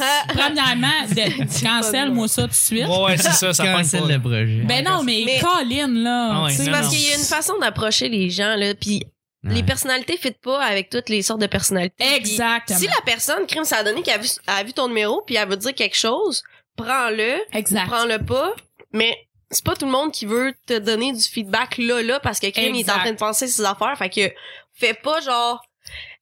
E: Ah,
D: Premièrement, de, cancel, moi ça tout de suite.
A: Ouais, ouais, c'est ça, ça
B: Ça
A: pogne
B: cancelle
A: pas.
B: le projet.
D: Ben non, mais,
E: Mais-
D: Colin, là.
A: Ah ouais,
D: tu sais.
E: C'est
A: Non,
E: parce
A: non.
E: qu'il y a une façon d'approcher les gens, là, puis
B: Ouais.
E: les personnalités fit pas avec toutes les sortes de personnalités. Puis
D: Exactement.
E: Si la personne, crime, ça a donné qu'elle a vu, a vu ton numéro, puis elle veut dire quelque chose, prends-le,
D: Exact.
E: prends-le Ah, pas, mais c'est pas tout le monde qui veut te donner du feedback là, là, parce que crime, il est en
D: Exact.
E: train de penser ses affaires, fait que fais pas genre,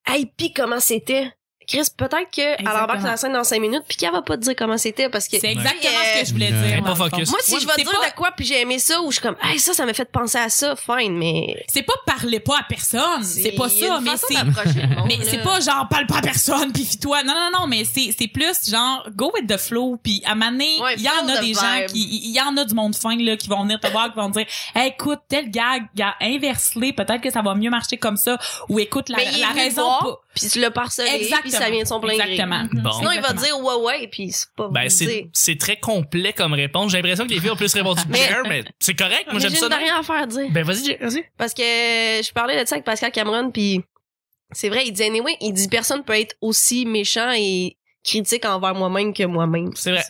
E: hey, pis comment c'était? Chris, peut-être qu'elle
C: Exactement.
E: embarque sur la scène dans cinq minutes, puis qu'elle va pas te dire comment c'était, parce que...
D: C'est exactement
E: Euh,
D: ce que je voulais
B: Ouais.
D: dire.
A: Pas
D: dans le fond.
A: focus.
E: Moi, si
D: Ouais,
E: je vais
D: c'est
E: te dire
D: pas-
E: de quoi, puis j'ai aimé ça, ou je suis comme, hey, ça, ça m'a fait penser à ça, fine, mais...
D: C'est pas parler pas à personne. C'est pas
E: il y a
D: ça,
E: une
D: mais
E: façon
D: c'est.
E: d'approcher le monde,
D: Mais c'est
E: là.
D: pas genre parle pas à personne puis fis-toi. Non non non, mais c'est c'est plus genre go with the flow puis à maner, il
E: Ouais,
D: y en
E: feel
D: a
E: the
D: des
E: vibe.
D: gens qui il y en a du monde fin là qui vont venir te voir qui vont dire Hey, écoute tel gag, gars inverse-les, peut-être que ça va mieux marcher comme ça ou écoute la,
E: Mais il est
D: la
E: venu
D: raison
E: voir,
D: pour-
E: Puis tu l'as parcelé, puis ça vient de son plein gré.
D: Exactement.
A: Bon.
E: Sinon, il va
D: Exactement.
E: dire ouais, ouais, puis c'est pas
A: Ben, c'est
E: dire.
A: c'est très complet comme réponse. J'ai l'impression que les filles ont plus répondu que
E: Mais-
A: Jer, mais c'est correct. Moi,
E: Mais
A: j'aime
E: j'ai
A: ça.
E: une
A: non?
E: rien à faire dire.
A: Ben, vas-y, Jer, vas-y.
E: Parce que je parlais de ça avec Pascal Cameron, puis c'est vrai, il dit anyway, il dit personne peut être aussi méchant et critique envers moi-même que moi-même.
A: C'est vrai.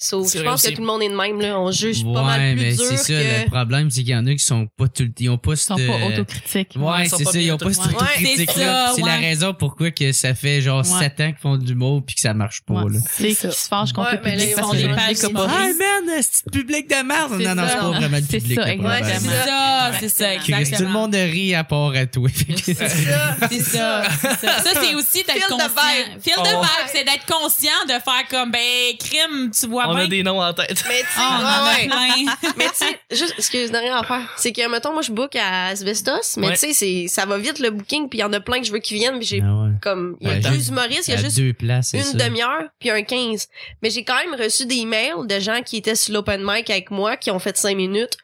E: So,
A: C'est
E: je
A: vrai
E: pense
A: aussi.
E: que tout le monde est de même, là. On juge
B: ouais,
E: pas mal plus
B: mais
E: dur
B: c'est ça,
E: que...
B: le problème, c'est qu'il y en a qui sont pas tout le Ils ont pas
C: Ils sont
B: cette-
C: pas autocritiques.
A: Ouais,
B: Ouais,
A: ils sont
B: c'est
A: pas
B: ça, ils ont
A: bien
B: pas cette
C: autocritiques.
D: Ouais, c'est
B: critique là
D: ça,
B: C'est la
D: ouais.
B: raison pourquoi que ça fait genre
D: Ouais.
B: 7 ans qu'ils font du mot puis que ça marche pas,
C: Ouais,
B: là.
C: C'est
E: ça.
C: qu'ils se fâchent contre
E: Ouais,
C: le
E: mais là,
C: public
E: ils
C: parce
E: font
C: que
E: des
C: le public
D: pages
C: a pas
D: séparées.
C: ri.
B: man, c'est public de merde!
C: Ah, C'est
B: Non, non, c'est
C: ça.
B: pas vraiment le
C: C'est
B: public.
C: ça,
B: le problème.
E: Ouais,
D: C'est
E: Exactement.
D: ça, c'est ça,
B: Chris, Tout le
D: exactement.
B: monde rit à part à toi. Fait que-
E: <laughs>
B: <laughs>
E: C'est ça.
D: C'est ça, c'est ça. Ça, c'est aussi
E: Feel
D: d'être
E: the
D: conscient.
E: vibe.
D: Feel the
A: Oh.
D: vibe, c'est d'être conscient de faire comme, ben, crime, tu vois
A: On
D: bien.
A: a des noms en tête.
E: Mais tu sais,
D: Ah, on en a
E: ouais, ouais.
D: plein.
E: Mais tu sais, juste, excuse, rien à faire. C'est que, mettons, moi, je book à Asbestos, mais
A: Ouais.
E: tu sais, c'est- ça va vite le booking, puis il y en a plein que je veux qui viennent, puis j'ai
B: Ah ouais.
E: comme, il y a
B: Ouais,
E: deux
B: juste
E: humoristes, il y a
B: À
E: juste
B: deux places, c'est
E: une
B: ça.
E: demi-heure puis un 15. Mais j'ai quand même reçu des mails de gens qui étaient sur l'open mic avec moi, qui ont fait cinq minutes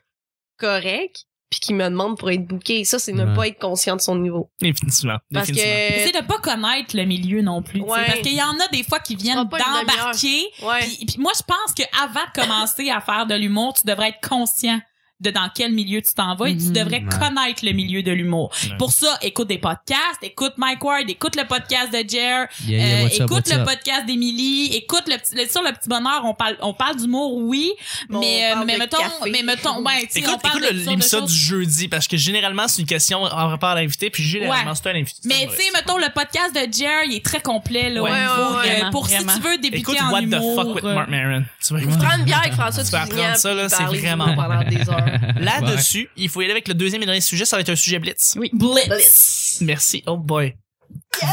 E: correct, puis qui me demandent pour être booké. Ça, c'est ne
B: Ouais.
E: pas être conscient de son niveau.
A: <laughs> Définitivement.
E: Parce
A: Définitivement.
D: C'est
E: que.
D: de pas connaître le milieu non plus. tu sais,
E: Euh, Ouais.
D: Parce qu'il y en a des fois qui viennent
E: Prends pas une
D: d'embarquer.
E: Ouais.
D: Puis, puis moi, je pense que avant de commencer à faire de l'humour, tu devrais être conscient de dans quel milieu tu t'en vas et tu
C: Mhm.
D: devrais
B: Ouais.
D: connaître le milieu de l'humour.
A: Ouais.
D: Pour ça, écoute des podcasts, écoute Mike Ward, écoute le podcast de Jer,
B: Yeah, yeah,
D: euh,
B: what's up,
D: écoute
B: what's
D: le
B: up?
D: podcast d'Émilie, écoute le, petit- le- sur le petit bonheur, on parle on parle d'humour oui,
E: Bon,
D: mais
E: on
D: euh,
E: parle
D: mais
E: de
D: mettons
E: café.
D: mais mettons ben, tu sais, on
A: Écoute,
D: parle
A: écoute
D: de
A: le-
D: toutes sortes de
A: l'émission
D: choses.
A: du jeudi, parce que généralement, c'est une question en rapport à l'invité, puis généralement,
D: Ouais.
A: c'est un invité. c'est
D: Mais
A: un
D: tu sais, mettons, le podcast de Jer, il est très complet, là,
A: Ouais,
D: au niveau,
E: ouais, ouais,
D: euh,
C: vraiment,
D: pour
C: vraiment.
D: si tu veux débuter
A: Écoute
D: en
A: What
D: humour.
A: the Fuck with
D: euh,
A: Mark Maron. Tu vas écouter.
E: Prends une bière avec François
A: Tu vas
E: Tuzignan,
A: apprendre ça,
E: puis
A: là, c'est
E: parler
A: vraiment
E: d'humour pendant des heures.
A: Là-dessus, il faut y aller avec le deuxième et dernier sujet, ça va être un sujet blitz.
C: Oui.
A: <laughs>
D: Blitz.
A: Merci. Oh boy.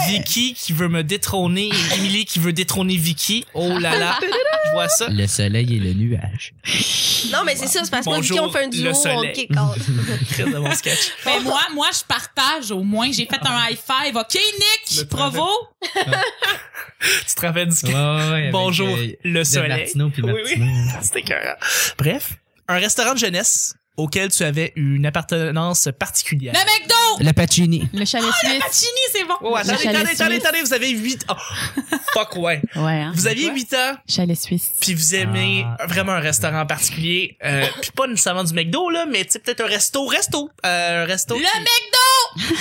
A: Vicky qui veut me détrôner et Emily qui veut détrôner Vicky. Oh là là. Je vois ça.
B: Le soleil et le nuage.
E: Non, mais c'est ça, c'est parce que moi,
A: Bonjour,
E: vu qu'on fait un duo,
A: le
E: on
A: soleil.
E: kick out.
A: <laughs> Très de bon sketch.
D: Mais moi, moi, je partage au moins. J'ai fait un high five. OK,
A: Le
D: Nick, Provo.
A: Tu te rappelles du
B: Ouais,
A: sketch?
B: ouais, ouais, avec,
A: Bonjour,
B: euh,
A: le
B: de
A: soleil.
B: Martineau puis
A: Oui,
B: Martineau.
A: C'était écœurant. Bref, un restaurant de jeunesse auquel tu avais une appartenance particulière.
D: Le McDo.
B: Le Pacini.
C: Le chalet suisse.
A: Ah,
D: Pacini, c'est bon.
A: Oh, attendez,
C: Le chalet
A: attendez, attendez,
C: suisse.
A: attendez, vous avez 8 ans. Fuck, ouais.
C: Ouais, hein.
A: Vous aviez 8 ans,
C: Chalet suisse.
A: puis vous aimez
B: Ah.
A: vraiment un restaurant en particulier, euh, puis pas nécessairement du McDo, là, mais tu sais, peut-être un resto, resto, euh, un resto.
D: Le
A: qui-
D: McDo.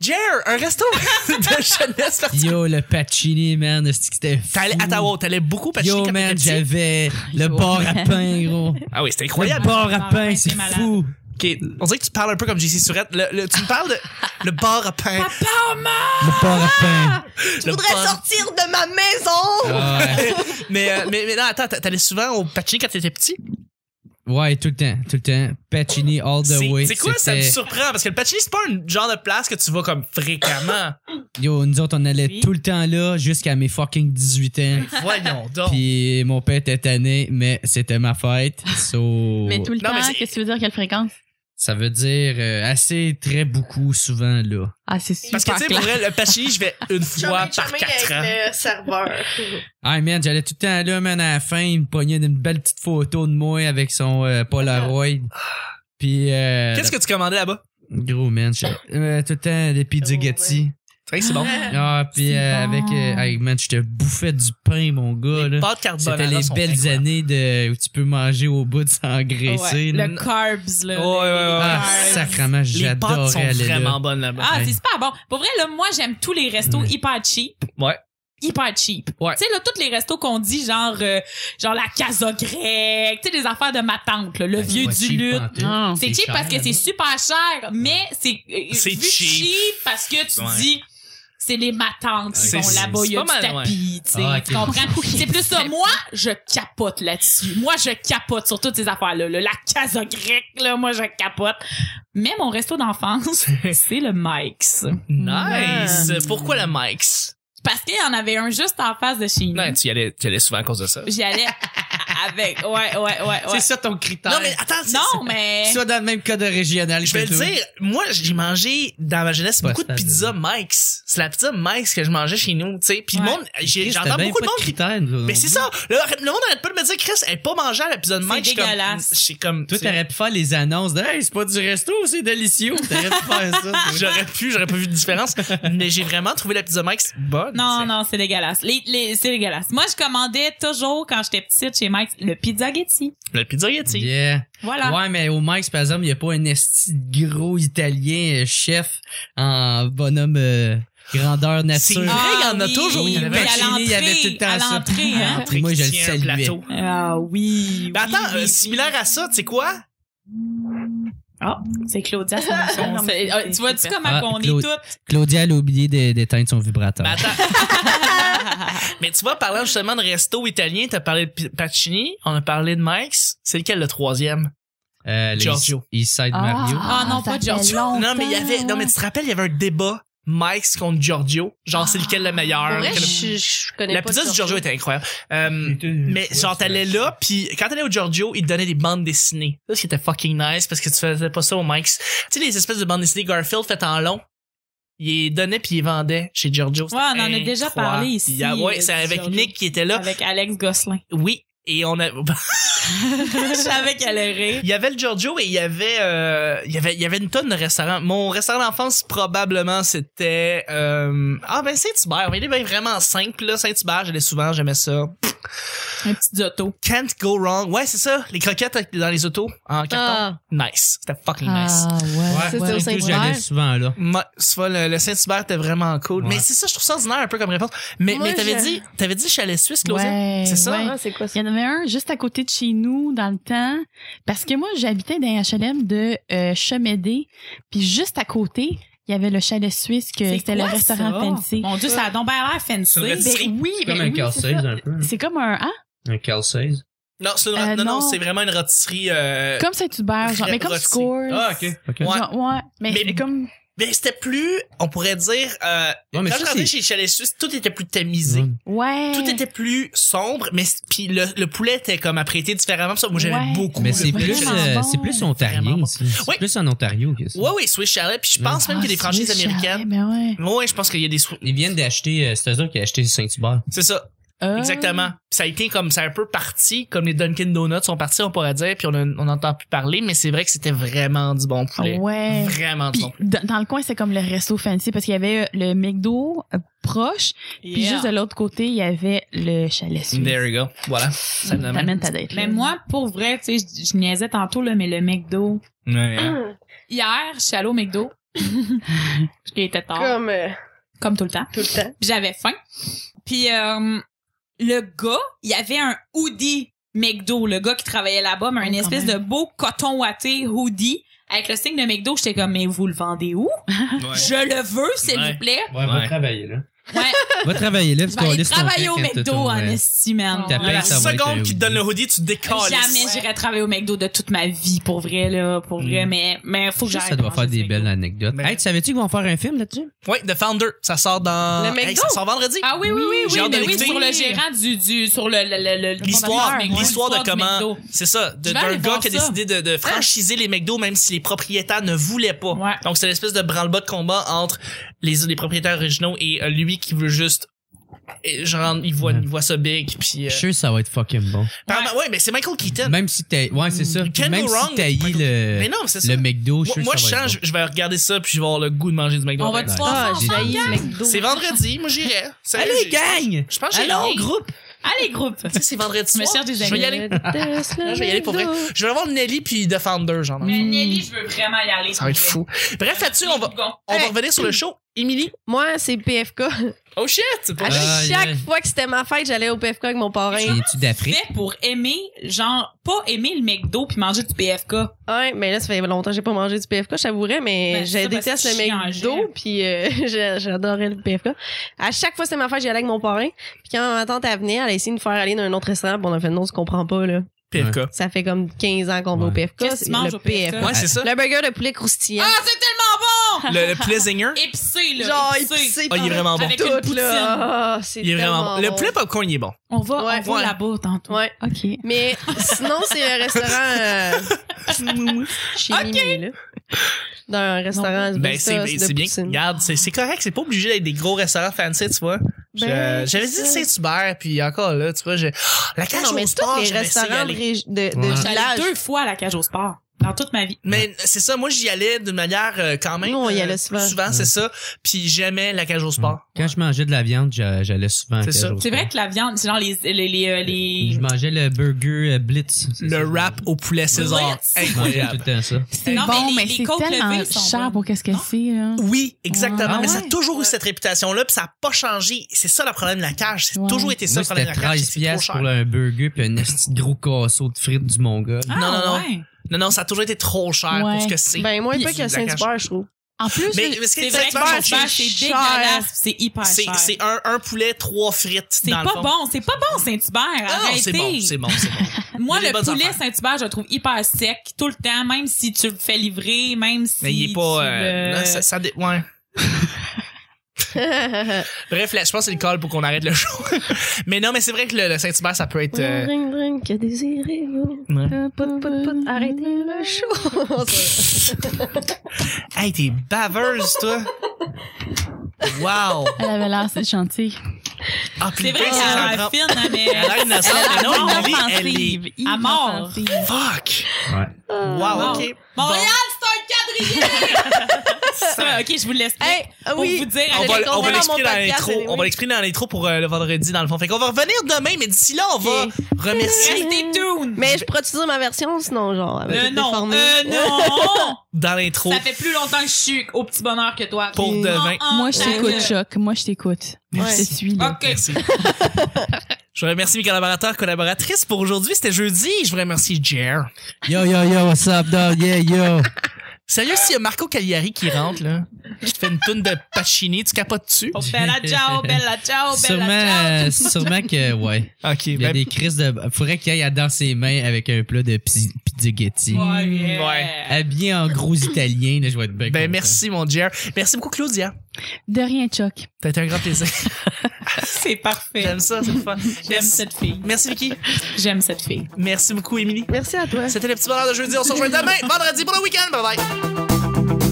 A: Jer, un resto <laughs> de jeunesse particulier.
B: Yo, le Pacini, man. est-ce que C'était fou.
A: T'allais, attends, wow, t'allais beaucoup parce
B: Yo,
A: que
B: man, j'avais le
C: Yo,
B: bord à
C: man.
B: pain, gros.
A: Ah oui, c'était
B: Le
A: incroyable.
B: bord à pain, c'est
D: C'est malade.
B: fou.
A: Ok, on dirait que tu parles un peu comme JC Surette. Le, le- tu me parles de le bar à pain.
B: Le bord à pain.
E: Je voudrais
A: bar-
E: sortir de ma maison!
B: Ah ouais.
A: mais, euh, mais, mais non, attends, t'a- t'allais souvent au patching quand t'étais petit?
B: Ouais, tout le temps, tout le temps. Pacini all Oh, the
A: C'est
B: way.
A: c'est quoi, ça me
B: C'était-
A: surprend? Parce que le patching, c'est pas un genre de place que tu vas comme
E: <laughs>
A: fréquemment.
B: Yo, nous autres, on allait
D: Oui.
B: tout le temps là jusqu'à mes fucking 18 ans.
A: Voyons donc.
B: Puis mon père était tanné, mais c'était ma fête. So...
C: Mais tout le
A: Non, mais
C: temps,
A: c'est-
C: qu'est-ce que tu veux dire, quelle fréquence?
B: Ça veut dire euh, assez, très, beaucoup, souvent, là.
C: Ah, c'est
A: Parce que,
C: super
A: tu sais,
C: clair.
A: pour elle, le patching, je vais une fois
E: Chummy,
A: par
E: chummy
A: quatre ans.
E: avec le serveur.
B: Ah, man, j'allais tout le temps là, man, à la fin, il me pognait une belle petite photo de moi avec son euh, Polaroid. Puis, euh,
A: Qu'est-ce que tu commandais là-bas?
B: gros, man, je- euh, tout le temps des
E: Gros,
B: pizzaghetti.
A: Fait que c'est
B: <laughs>
A: bon.
B: Ah, puis
C: Oh, C'est
B: euh,
C: bon.
B: avec, euh, avec, man, je te bouffais du pain, mon gars, là.
A: Les pâtes carbonara
B: C'était les
A: sont
B: belles
A: incroyables.
B: années de, où tu peux manger au bout de s'engraisser.
D: Ouais,
B: là.
D: le carbs, là.
A: Ouais, ouais, ouais, ouais.
B: Ah,
D: Les carbs.
B: sacrement,
A: Les pâtes sont
B: j'adorais aller là.
A: vraiment bonnes là-bas.
D: Ah, c'est super bon. Pour vrai, là, moi, j'aime tous les restos
B: Ouais.
D: hyper cheap.
A: Mm. Ouais.
D: Hyper cheap.
A: Ouais.
D: Tu sais, là, tous les restos qu'on dit, genre, euh, genre la casa grecque, tu sais, les affaires de ma tante, là, le
A: Ben,
B: Ouais,
D: vieux
B: pas
D: du
B: cheap,
D: lutte.
B: pantoute.
C: Non.
D: C'est
B: C'est
D: cheap
B: cher,
D: parce que
B: là-bas.
D: c'est super cher, mais c'est euh,
A: C'est
D: vu
A: cheap.
D: parce que tu
A: Ouais.
D: dis c'est les matantes qui
A: C'est-
D: sont là-bas,
A: c'est
D: il y a
A: pas
D: du
A: mal,
D: tapis, tu sais,
B: Ah, ok.
A: <laughs>
D: tu comprends? C'est plus ça. Moi, je capote là-dessus. Moi, je capote sur toutes ces affaires-là. là. La casa grecque, là, moi, je capote. Mais mon
A: <laughs>
D: resto d'enfance, c'est le Mike's.
A: Nice. Pourquoi le Mike's?
D: Parce qu'il y en avait un juste en face de chez nous.
A: Non, tu y allais, tu y allais souvent à cause de ça.
D: J'y allais avec. Ouais,
A: <laughs>
D: ouais, ouais, ouais.
B: C'est ça ton critère.
A: Non, mais attends, c'est-
D: Non, mais...
B: Soit dans le même code régional.
A: Je
B: que
A: vais le
B: toi.
A: dire, moi, j'ai mangé dans ma jeunesse
B: Ouais,
A: beaucoup de
B: ça,
A: pizza Mike's. C'est la pizza Mike's que je mangeais chez nous, tu sais. Puis le
D: Ouais.
A: monde, j'ai-
B: Chris,
A: j'entends
B: t'as bien
A: beaucoup de
B: pas
A: monde qui.
B: critères, nous,
A: Mais
B: on
A: c'est
B: dit.
A: ça! Le, le monde arrête pas de me dire, Chris, elle est pas mangée à la pizza de
D: C'est
A: Mike's. Je suis comme-
D: dégueulasse.
A: Je suis comme.
B: Toi,
A: c'est-
B: t'aurais pu faire les annonces de Hey, c'est pas du resto, c'est délicieux. T'aurais pu faire ça. toi.
A: <laughs> J'aurais pu, j'aurais pas vu de différence. mais j'ai vraiment trouvé la pizza Mike's bonne.
D: Non,
A: C'est-
D: non, c'est dégueulasse. Les, les, c'est dégueulasse. Moi, je commandais toujours, quand j'étais petite chez Mike, le pizza Getty.
A: La pizza Yeti.
B: Yeah.
D: Voilà.
B: Ouais, mais au Mike's, par exemple, il n'y a pas un esti de gros italien euh, chef en bonhomme euh, grandeur
A: C'est
B: nature.
A: vrai,
D: Ah,
A: il y en a
D: oui,
A: toujours. Il y en
D: oui,
A: avait
D: à
B: Pacini,
D: l'entrée,
B: il y avait tout le temps
D: à
B: ça.
D: l'entrée, hein.
B: Puis moi, je le
A: Qui tient un
B: saluais.
A: plateau.
D: Ah oui.
A: Ah. Mais attends, euh, similaire à ça, tu sais quoi?
C: C'est Claudia, <laughs>
D: Ah, euh, tu vois-tu comment
B: Ah,
D: qu'on est
B: Claude.
D: toutes?
B: Claudia, elle a oublié d'é- d'éteindre son vibrateur.
A: Mais attends.
D: <laughs>
A: mais tu vois, parlant justement de resto italien, t'as parlé de P- Pacini, on a parlé de Mike's. C'est lequel le troisième?
B: Euh, le
A: Giorgio.
B: East Side Mario.
D: Ah, non, pas Giorgio.
A: <laughs> Non, mais il y avait, non, mais tu te rappelles, il y avait un débat Mike's contre Giorgio. Genre, c'est lequel le
D: Ah,
A: meilleur?
E: En vrai,
A: lequel le-
E: je, je connais
A: La
E: pas.
A: pizza du Giorgio était incroyable. Euh, mais
B: Mais
A: genre, t'allais là, puis quand t'allais au Giorgio, il te donnait des bandes dessinées. Ça, c'était fucking nice parce que tu faisais pas ça au Mike's. Tu sais, les espèces de bandes dessinées Garfield faites en long. Il les donnait puis il vendait chez Giorgio. C'était
D: Ouais, on en a déjà
A: incroyable.
D: parlé ici,
A: Yeah,
D: euh,
A: ouais, c'est
D: du
A: avec
D: Giorgio.
A: Nick qui était là.
D: Avec Alex Gosselin.
A: Oui. Et on a, <laughs>
D: Je savais qu'elle allait rire.
A: il y avait le Giorgio et il y avait, euh, il y avait, il y avait une tonne de restaurants. Mon restaurant d'enfance probablement c'était, euh, ah ben Saint Hubert. Il est bien vraiment simple là, Saint Hubert. J'allais souvent, j'aimais ça.
D: Un petit auto.
A: Can't go wrong. Ouais, c'est ça. Les croquettes avec- dans les autos en carton.
E: Ah.
A: Nice. C'était fucking
C: Ah,
A: nice.
B: Ouais,
E: C'était
B: ouais,
E: au
B: tout,
E: Saint-Hubert.
B: j'allais souvent là.
A: Ma- c'est vrai, le, le Saint-Hubert était vraiment cool.
B: Ouais.
A: Mais c'est ça, je trouve ça ordinaire un peu comme réponse. Mais,
E: Moi,
A: mais t'avais
E: je-
A: dit, t'avais dit chalet suisse, Claudia?
C: Ouais,
A: C'est ça?
C: ouais.
E: Ah, c'est quoi ça?
C: Il y en avait un juste à côté de chez nous dans le temps parce que moi j'habitais dans un HLM de euh, Chemédé puis juste à côté il y avait le chalet suisse que
D: C'est
C: Euh, c'était le
D: quoi
C: restaurant
D: ça?
C: fancy.
D: Mon Dieu, ça a donc bien l'air
A: C'est une
D: fancy.
A: resti-
C: Ben oui,
D: Eh
B: C'est
C: ben
B: comme un
C: oui,
B: Cal
C: c'est ça.
B: un peu.
C: C'est comme un hein?
B: Un Cal 16.
A: Non, c'est une-
C: Euh,
A: non, non,
C: non.
A: c'est vraiment une rôtisserie. euh,
C: comme Saint Hubert genre mais comme
A: rôti.
C: Scores.
A: Ah, ok.
B: Ok.
A: Ouais.
C: Genre, ouais, mais,
A: Mais-
C: comme
A: Mais c'était plus, on pourrait dire, euh,
B: Ouais, mais
A: quand
B: ça,
A: je rentrais
B: c'est- Mm.
A: chez Chalet Suisse, tout était plus tamisé.
B: Ouais.
C: ouais.
A: Tout était plus sombre, mais c- puis le, le poulet était comme apprêté différemment. Ça, moi, j'aimais
C: Ouais.
A: beaucoup.
B: Mais
A: le
B: c'est
C: Vraiment
A: poulet
B: plus,
A: Chalet-
B: euh,
C: bon.
B: c'est plus ontarien.
A: Vraiment
B: c'est- C'est
A: Oui.
B: plus en Ontario que ça.
A: Ouais, oui, Swiss Chalet. Puis
B: Mm.
A: je pense même qu'il y a des
C: Ah, c'est
A: franchises
C: chalet,
A: américaines.
C: Mais ouais.
A: Ouais, je pense qu'il y a des. Swi-
B: Ils viennent d'acheter, euh, c'est eux autres qui ont acheté Saint-Hubert.
A: C'est ça.
C: Ah.
A: Exactement. Puis ça a été comme ça a un peu parti, comme les Dunkin Donuts sont partis, on pourrait dire, puis on a- on n'entend plus parler, mais c'est vrai que c'était vraiment du bon poulet.
C: Ah Ouais.
A: Vraiment du
C: Puis
A: bon poulet.
C: dans dans le coin, c'est comme le resto fancy parce qu'il y avait euh, le McDo euh, proche, puis
D: Yeah.
C: juste euh, de l'autre côté, il y avait le chalet suisse.
A: There you go. Voilà. Ça me l'amène.
C: T'amènes ta date.
D: Mais
C: là.
D: Ben moi, pour vrai, tu sais, je je niaisais tantôt, là, mais le McDo.
A: Ouais.
E: Ah,
D: Hier, je suis allée au McDo.
C: <laughs>
D: J'étais
A: Ah.
D: tard.
E: Comme euh,
D: comme tout le temps.
E: tout le temps.
D: Puis j'avais faim. Puis euh, le gars, il y avait un hoodie McDo, le gars qui travaillait là-bas, mais
C: Oh,
D: une
C: quand
D: espèce de
C: même.
D: beau coton watté hoodie avec le signe de McDo. J'étais comme, mais vous le vendez où? Je le veux, s'il
A: Ouais.
D: vous plaît.
B: Ouais,
A: va
B: travailler là.
D: Ouais,
B: <laughs> Va travailler là, parce
D: je
B: qu'on
D: vais aller
B: laisse ton
D: travailler
B: chèque
D: au
B: quand t'as
D: McDo
B: ton,
D: en
B: euh,
D: estimane.
B: ta
D: Ouais.
B: paye,
A: La
B: ça va être euh, un
A: seconde qui te donne
B: hoodie.
A: le hoodie, tu décolles.
D: Jamais j'irai travailler au McDo de toute ma vie, pour vrai, là, pour vrai,
A: Mm.
D: mais, mais faut que
B: Juste,
D: j'arrête.
B: ça doit
D: de
B: faire
D: manger
B: des
D: du McDo.
B: belles anecdotes.
A: Mais-
B: Hey, tu savais-tu qu'ils vont faire un film là-dessus?
A: Oui, The Founder, ça sort dans.
E: Le McDo.
A: ça sort vendredi.
D: Ah oui, oui, oui, oui,
A: J'ai hâte de
D: mais oui,
A: l'écouter.
D: sur le gérant du, du, sur le, le, le, le-
A: L'histoire,
D: le McDo,
A: l'histoire de
D: du
A: comment,
D: McDo.
A: c'est ça, de-
D: Je vais aller
A: d'un gars
D: voir
A: qui a
D: ça.
A: décidé de, de franchiser les McDo même si les propriétaires ne voulaient pas.
D: Ouais.
A: Donc c'est l'espèce de branle-bas de combat entre les, les propriétaires originaux et euh, lui qui veut juste Et genre, il voit,
B: Ouais.
A: il voit ça big, puis.
B: Je
A: euh,
B: suis sûr que ça va être fucking bon.
A: apparemment- ouais, mais c'est Michael Keaton.
B: Même si t'as. Ouais, c'est ça.
A: You can't
B: Même
A: go
B: si
A: wrong.
B: t'as
A: Mais
B: le,
A: non, Oh mais c'est ça.
B: euh, le McDo, je
A: moi,
B: suis sûr
A: moi,
B: que
A: je
B: ça va
A: change,
B: être
A: je vais regarder ça, puis je vais avoir le goût de manger du McDo.
D: On
A: après.
D: va-tu voir ça
E: Ah, j'ai
D: ensemble,
E: haï
D: gang?
E: le McDo.
A: C'est vendredi, moi j'irai.
B: bon.
A: Salut,
B: Allez,
A: j'ai-
B: gang!
A: Je pense que j'ai
B: Allons,
A: rien.
B: groupe!
D: Allez, groupe!
A: Tu sais, c'est vendredi
D: Je me
A: soir.
D: cherche des
A: <laughs> Je vais y
D: amis.
A: aller. Ah. Je vais y aller pour vrai. Je vais voir Nelly puis Defender, genre. dans le
D: Mais
A: fond.
D: Mmh. Nelly, je veux vraiment y aller.
A: Ça va être fou. Bref, là-dessus, on va, on va
E: Hey.
A: revenir sur le show. Émilie.
E: Moi, c'est PFK.
A: Oh shit! c'est pas
E: À
A: vrai.
B: Ah,
E: chaque
B: yeah.
E: fois que c'était ma fête, j'allais au PFK avec mon parrain.
B: Viens-tu d'Afrique?
D: Fait pour aimer, genre, pas aimer le McDo puis manger du PFK.
E: Ouais, mais là, ça fait longtemps que j'ai pas mangé du PFK, je t'avouerais, mais
D: Ben,
E: je
D: c'est ça, parce
E: déteste
D: que
E: le
D: tu chies en
E: McDo,
D: gel.
E: puis euh, <laughs> j'a- j'adorais le PFK. À chaque fois que c'était ma fête, j'y allais avec mon parrain. Puis quand ma tante elle venait, elle a essayé de nous faire aller dans un autre restaurant, puis on a fait non, tu comprends pas, là.
A: PFK.
E: Ça fait comme 15 ans qu'on va au
B: Ouais.
E: PFK.
D: Qu'est-ce que
E: c'est
D: tu manges
E: le
D: au PFK?
A: Ouais, c'est ça.
E: Le burger de poulet croustillant.
D: Ah, c'est tellement
A: Le, le plaisinger.
E: <laughs>
D: bon! Épicé, là.
E: Genre,
D: épicé.
E: épicé
A: Ah, il est vraiment bon.
D: Avec une
E: tout,
D: poutine.
E: là. Ah, c'est
A: Il est vraiment
E: tellement
A: bon. Le
E: bon.
A: poulet popcorn, il est bon.
D: On va,
E: Ouais,
D: on va
A: ouais.
D: là-bas tantôt.
E: Ouais.
C: OK.
E: Mais sinon, c'est un restaurant
D: <laughs>
E: euh, chez Mimi, là. Dans un restaurant de
A: Ben, c'est
E: sauce, de
A: c'est bien.
E: poutine.
A: Regarde, c'est c'est correct. C'est pas obligé d'être des gros restaurants fancy, tu vois. Je-
E: Ben,
A: J'avais dit
E: c'est ça.
A: Saint-Hubert, puis encore là, tu vois, j'ai. La cage
E: Non, mais
A: au sport,
E: tous les
A: j'aimais ça y
E: restaurants de,
A: aller.
E: régi- de, de
B: Ouais.
D: J'étais allée
E: village.
D: deux fois à la cage au sport dans toute ma vie.
A: Mais c'est ça, moi j'y allais d'une manière euh, quand même.
E: Nous, on y
A: euh,
E: allait souvent.
A: Souvent, c'est ça. Puis j'aimais la cage au sport.
B: Quand je mangeais de la viande, j'a- j'allais souvent à
A: C'est
B: Cage
A: ça.
B: au
D: C'est
B: sport.
D: vrai que la viande, c'est genre les les les, euh, les-
B: Je mangeais le burger euh, Blitz. c'est ça.
A: Le rap au poulet César.
D: Blitz.
B: Je mangeais tout
A: Incroyable.
B: le temps ça.
C: C'est
D: Non, mais
C: bon,
D: les-
C: mais,
D: les
C: c'est
D: côtes
C: tellement
D: levées sont
C: cher
D: bonnes.
C: pour qu'est-ce que
D: Non?
C: c'est, là.
A: Oui, exactement.
C: Ah
A: mais ça a
C: ouais?
A: toujours eu cette réputation-là, puis ça a pas changé. C'est ça le problème de la cage. C'est
C: Ouais.
A: toujours été ça
B: Moi,
A: le problème
B: c'était
A: de la cage.
B: 13
A: c'est que
B: piastres
A: C'est trop
B: pour
A: cher.
B: un burger puis un esti de gros casseau de frites du Mongol.
D: Ah,
A: Non, non, non.
D: ouais.
A: Non, non, ça a toujours été trop cher
C: Ouais.
A: pour ce que c'est.
E: Ben, moins
A: Puis
E: pas que
A: la cage-
E: Saint-Hubert, je <laughs> trouve.
C: En plus,
A: Mais mais ce qui
D: C'est
A: est
D: vrai que
A: Saint-Hubert,
D: c'est cher, c'est
E: cher.
D: dégueulasse, puis c'est hyper
A: c'est
D: cher.
A: c'est un, un poulet, trois frites.
D: C'est
A: dans
D: pas
A: le fond.
D: bon, c'est pas bon Saint-Hubert,
A: Ah non, c'est bon,
D: arrêtez.
A: c'est bon, c'est bon.
D: Moi
A: Il y a des
D: le
A: bonnes
D: poulet
A: affaires.
D: Saint-Hubert, je le trouve hyper sec tout le temps, même si tu le fais livrer, même si
A: Mais il est pas.
D: tu
A: euh,
D: le-
A: non, ça, ça dé- ouais. Bref, là, je pense que c'est le call pour qu'on arrête le show. <laughs> mais non, mais c'est vrai que le, le Saint-Hubert, ça peut être. euh,
E: Ring, ring, que désirez-vous?
A: ouais.
E: Pout, pout, pout, arrêtez le show.
A: Hey, t'es baveuse,
E: <laughs>
A: toi! Wow!
C: elle avait l'air assez gentille.
A: Ah,
D: C'est
A: putain,
D: vrai qu'elle
A: ça
D: a
A: rend-
D: l'air fine, hein, mais
A: Elle a l'air innocente,
D: Elle a
A: mais non,
D: l'air
A: Emily, elle est-
C: Inoffensive,
D: À mort.
C: inoffensive.
A: Fuck!
B: Ouais.
A: Wow, ok.
D: Montréal, c'est un quadrillé.
A: <laughs>
D: Ça, OK, je vous laisse.
E: hey, ah
D: Pour
E: oui.
D: vous dire,
A: On
E: Je
A: va, on va
E: l'ai compris dans mon
A: l'expliquer dans
E: podcast,
A: l'intro.
E: anyway.
A: On va l'expliquer dans l'intro pour euh, le vendredi, dans le fond. Fait qu'on va revenir demain, mais d'ici là, on va
E: Ok.
A: remercier
D: Restez tuned.
E: Mais je pourrais-tu dire ma version, sinon, genre, avec
D: Euh,
E: le
D: non,
E: formule?
A: <laughs>
D: euh, non.
A: dans l'intro
D: Ça fait plus longtemps que je suis au petit bonheur que toi.
A: pour
E: Ok.
A: demain.
C: Moi, je t'écoute,
D: ça.
C: Choc. Moi, je t'écoute. Moi, Je te suis, là.
D: OK.
A: Merci. <laughs> Je remercie mes collaborateurs, collaboratrices pour aujourd'hui. C'était jeudi. Je voudrais remercier Jer.
B: Yo, yo, yo, what's up, dog? Yeah, yo.
A: Sérieux, s'il y a Marco Cagliari qui rentre, là, qui te fait une toune de Pacini, tu capotes dessus?
D: Oh, bella ciao, bella ciao,
B: Sûrement,
D: bella
B: euh,
D: Oh, ben, ciao.
B: sûrement
A: <laughs>
B: que, ouais.
A: Ok,
B: Il y a
A: ben,
B: des crises de. Faudrait qu'il aille dans ses mains avec un plat de pi- pizzaghetti.
D: Ouais, yeah.
A: Ouais.
B: Habillé en gros italien, là, je vais être bien
A: ben
B: content.
A: merci, mon Jer. Merci beaucoup, Claudia.
C: De rien, Choc.
A: T'as été un grand plaisir.
D: C'est parfait.
A: J'aime ça, c'est le fun.
D: J'aime
A: Merci,
D: cette fille.
A: merci, Vicky.
D: J'aime cette fille.
A: Merci beaucoup, Émilie.
E: Merci à toi.
A: C'était le petit bonheur de jeudi. On se rejoint demain, vendredi pour le week-end. Bye bye.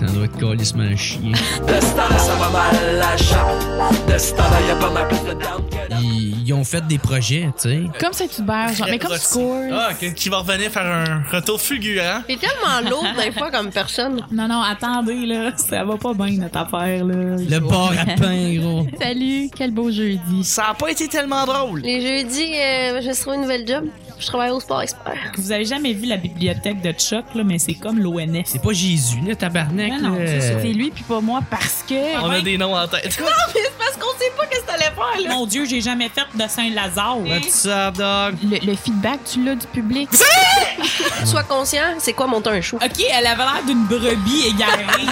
B: Ça doit être calissement un chien.
F: De ce temps-là, ça va mal à la chatte. De ce temps-là, y a pas mal plus de down que d'up.
B: Ils, ils ont fait des projets, tu sais.
C: Comme Saint-Hubert, genre. Mais comme
A: Rossi.
C: Score.
A: Ah, ok. Qui va revenir faire un retour hein? fulgurant.
E: T'es tellement lourd des fois comme personne.
D: Non, non, attendez, là. Ça va pas bien, notre affaire, là.
B: Le bar à pain, gros.
C: Salut, quel beau jeudi.
A: Ça a pas été tellement drôle.
E: Les jeudis, euh, je vais trouver une nouvelle job. Je travaille au sport expert.
D: Vous avez jamais vu la bibliothèque de Chuck, là, mais c'est comme l'ONF.
B: C'est pas Jésus, là, tabarnak.
D: Non, non,
B: là.
D: c'est
E: euh,
D: ça.
C: C'est lui puis pas moi parce que.
A: On a des noms en tête.
E: C'est parce qu'on sait pas qu'est-ce que t'allais faire,
D: Mon Dieu, j'ai jamais fait de Saint-Lazare.
B: What's up, dog?
C: Le, le feedback, tu l'as du public.
E: Sois conscient, c'est quoi monter un show?
D: OK, elle avait l'air d'une brebis égarée.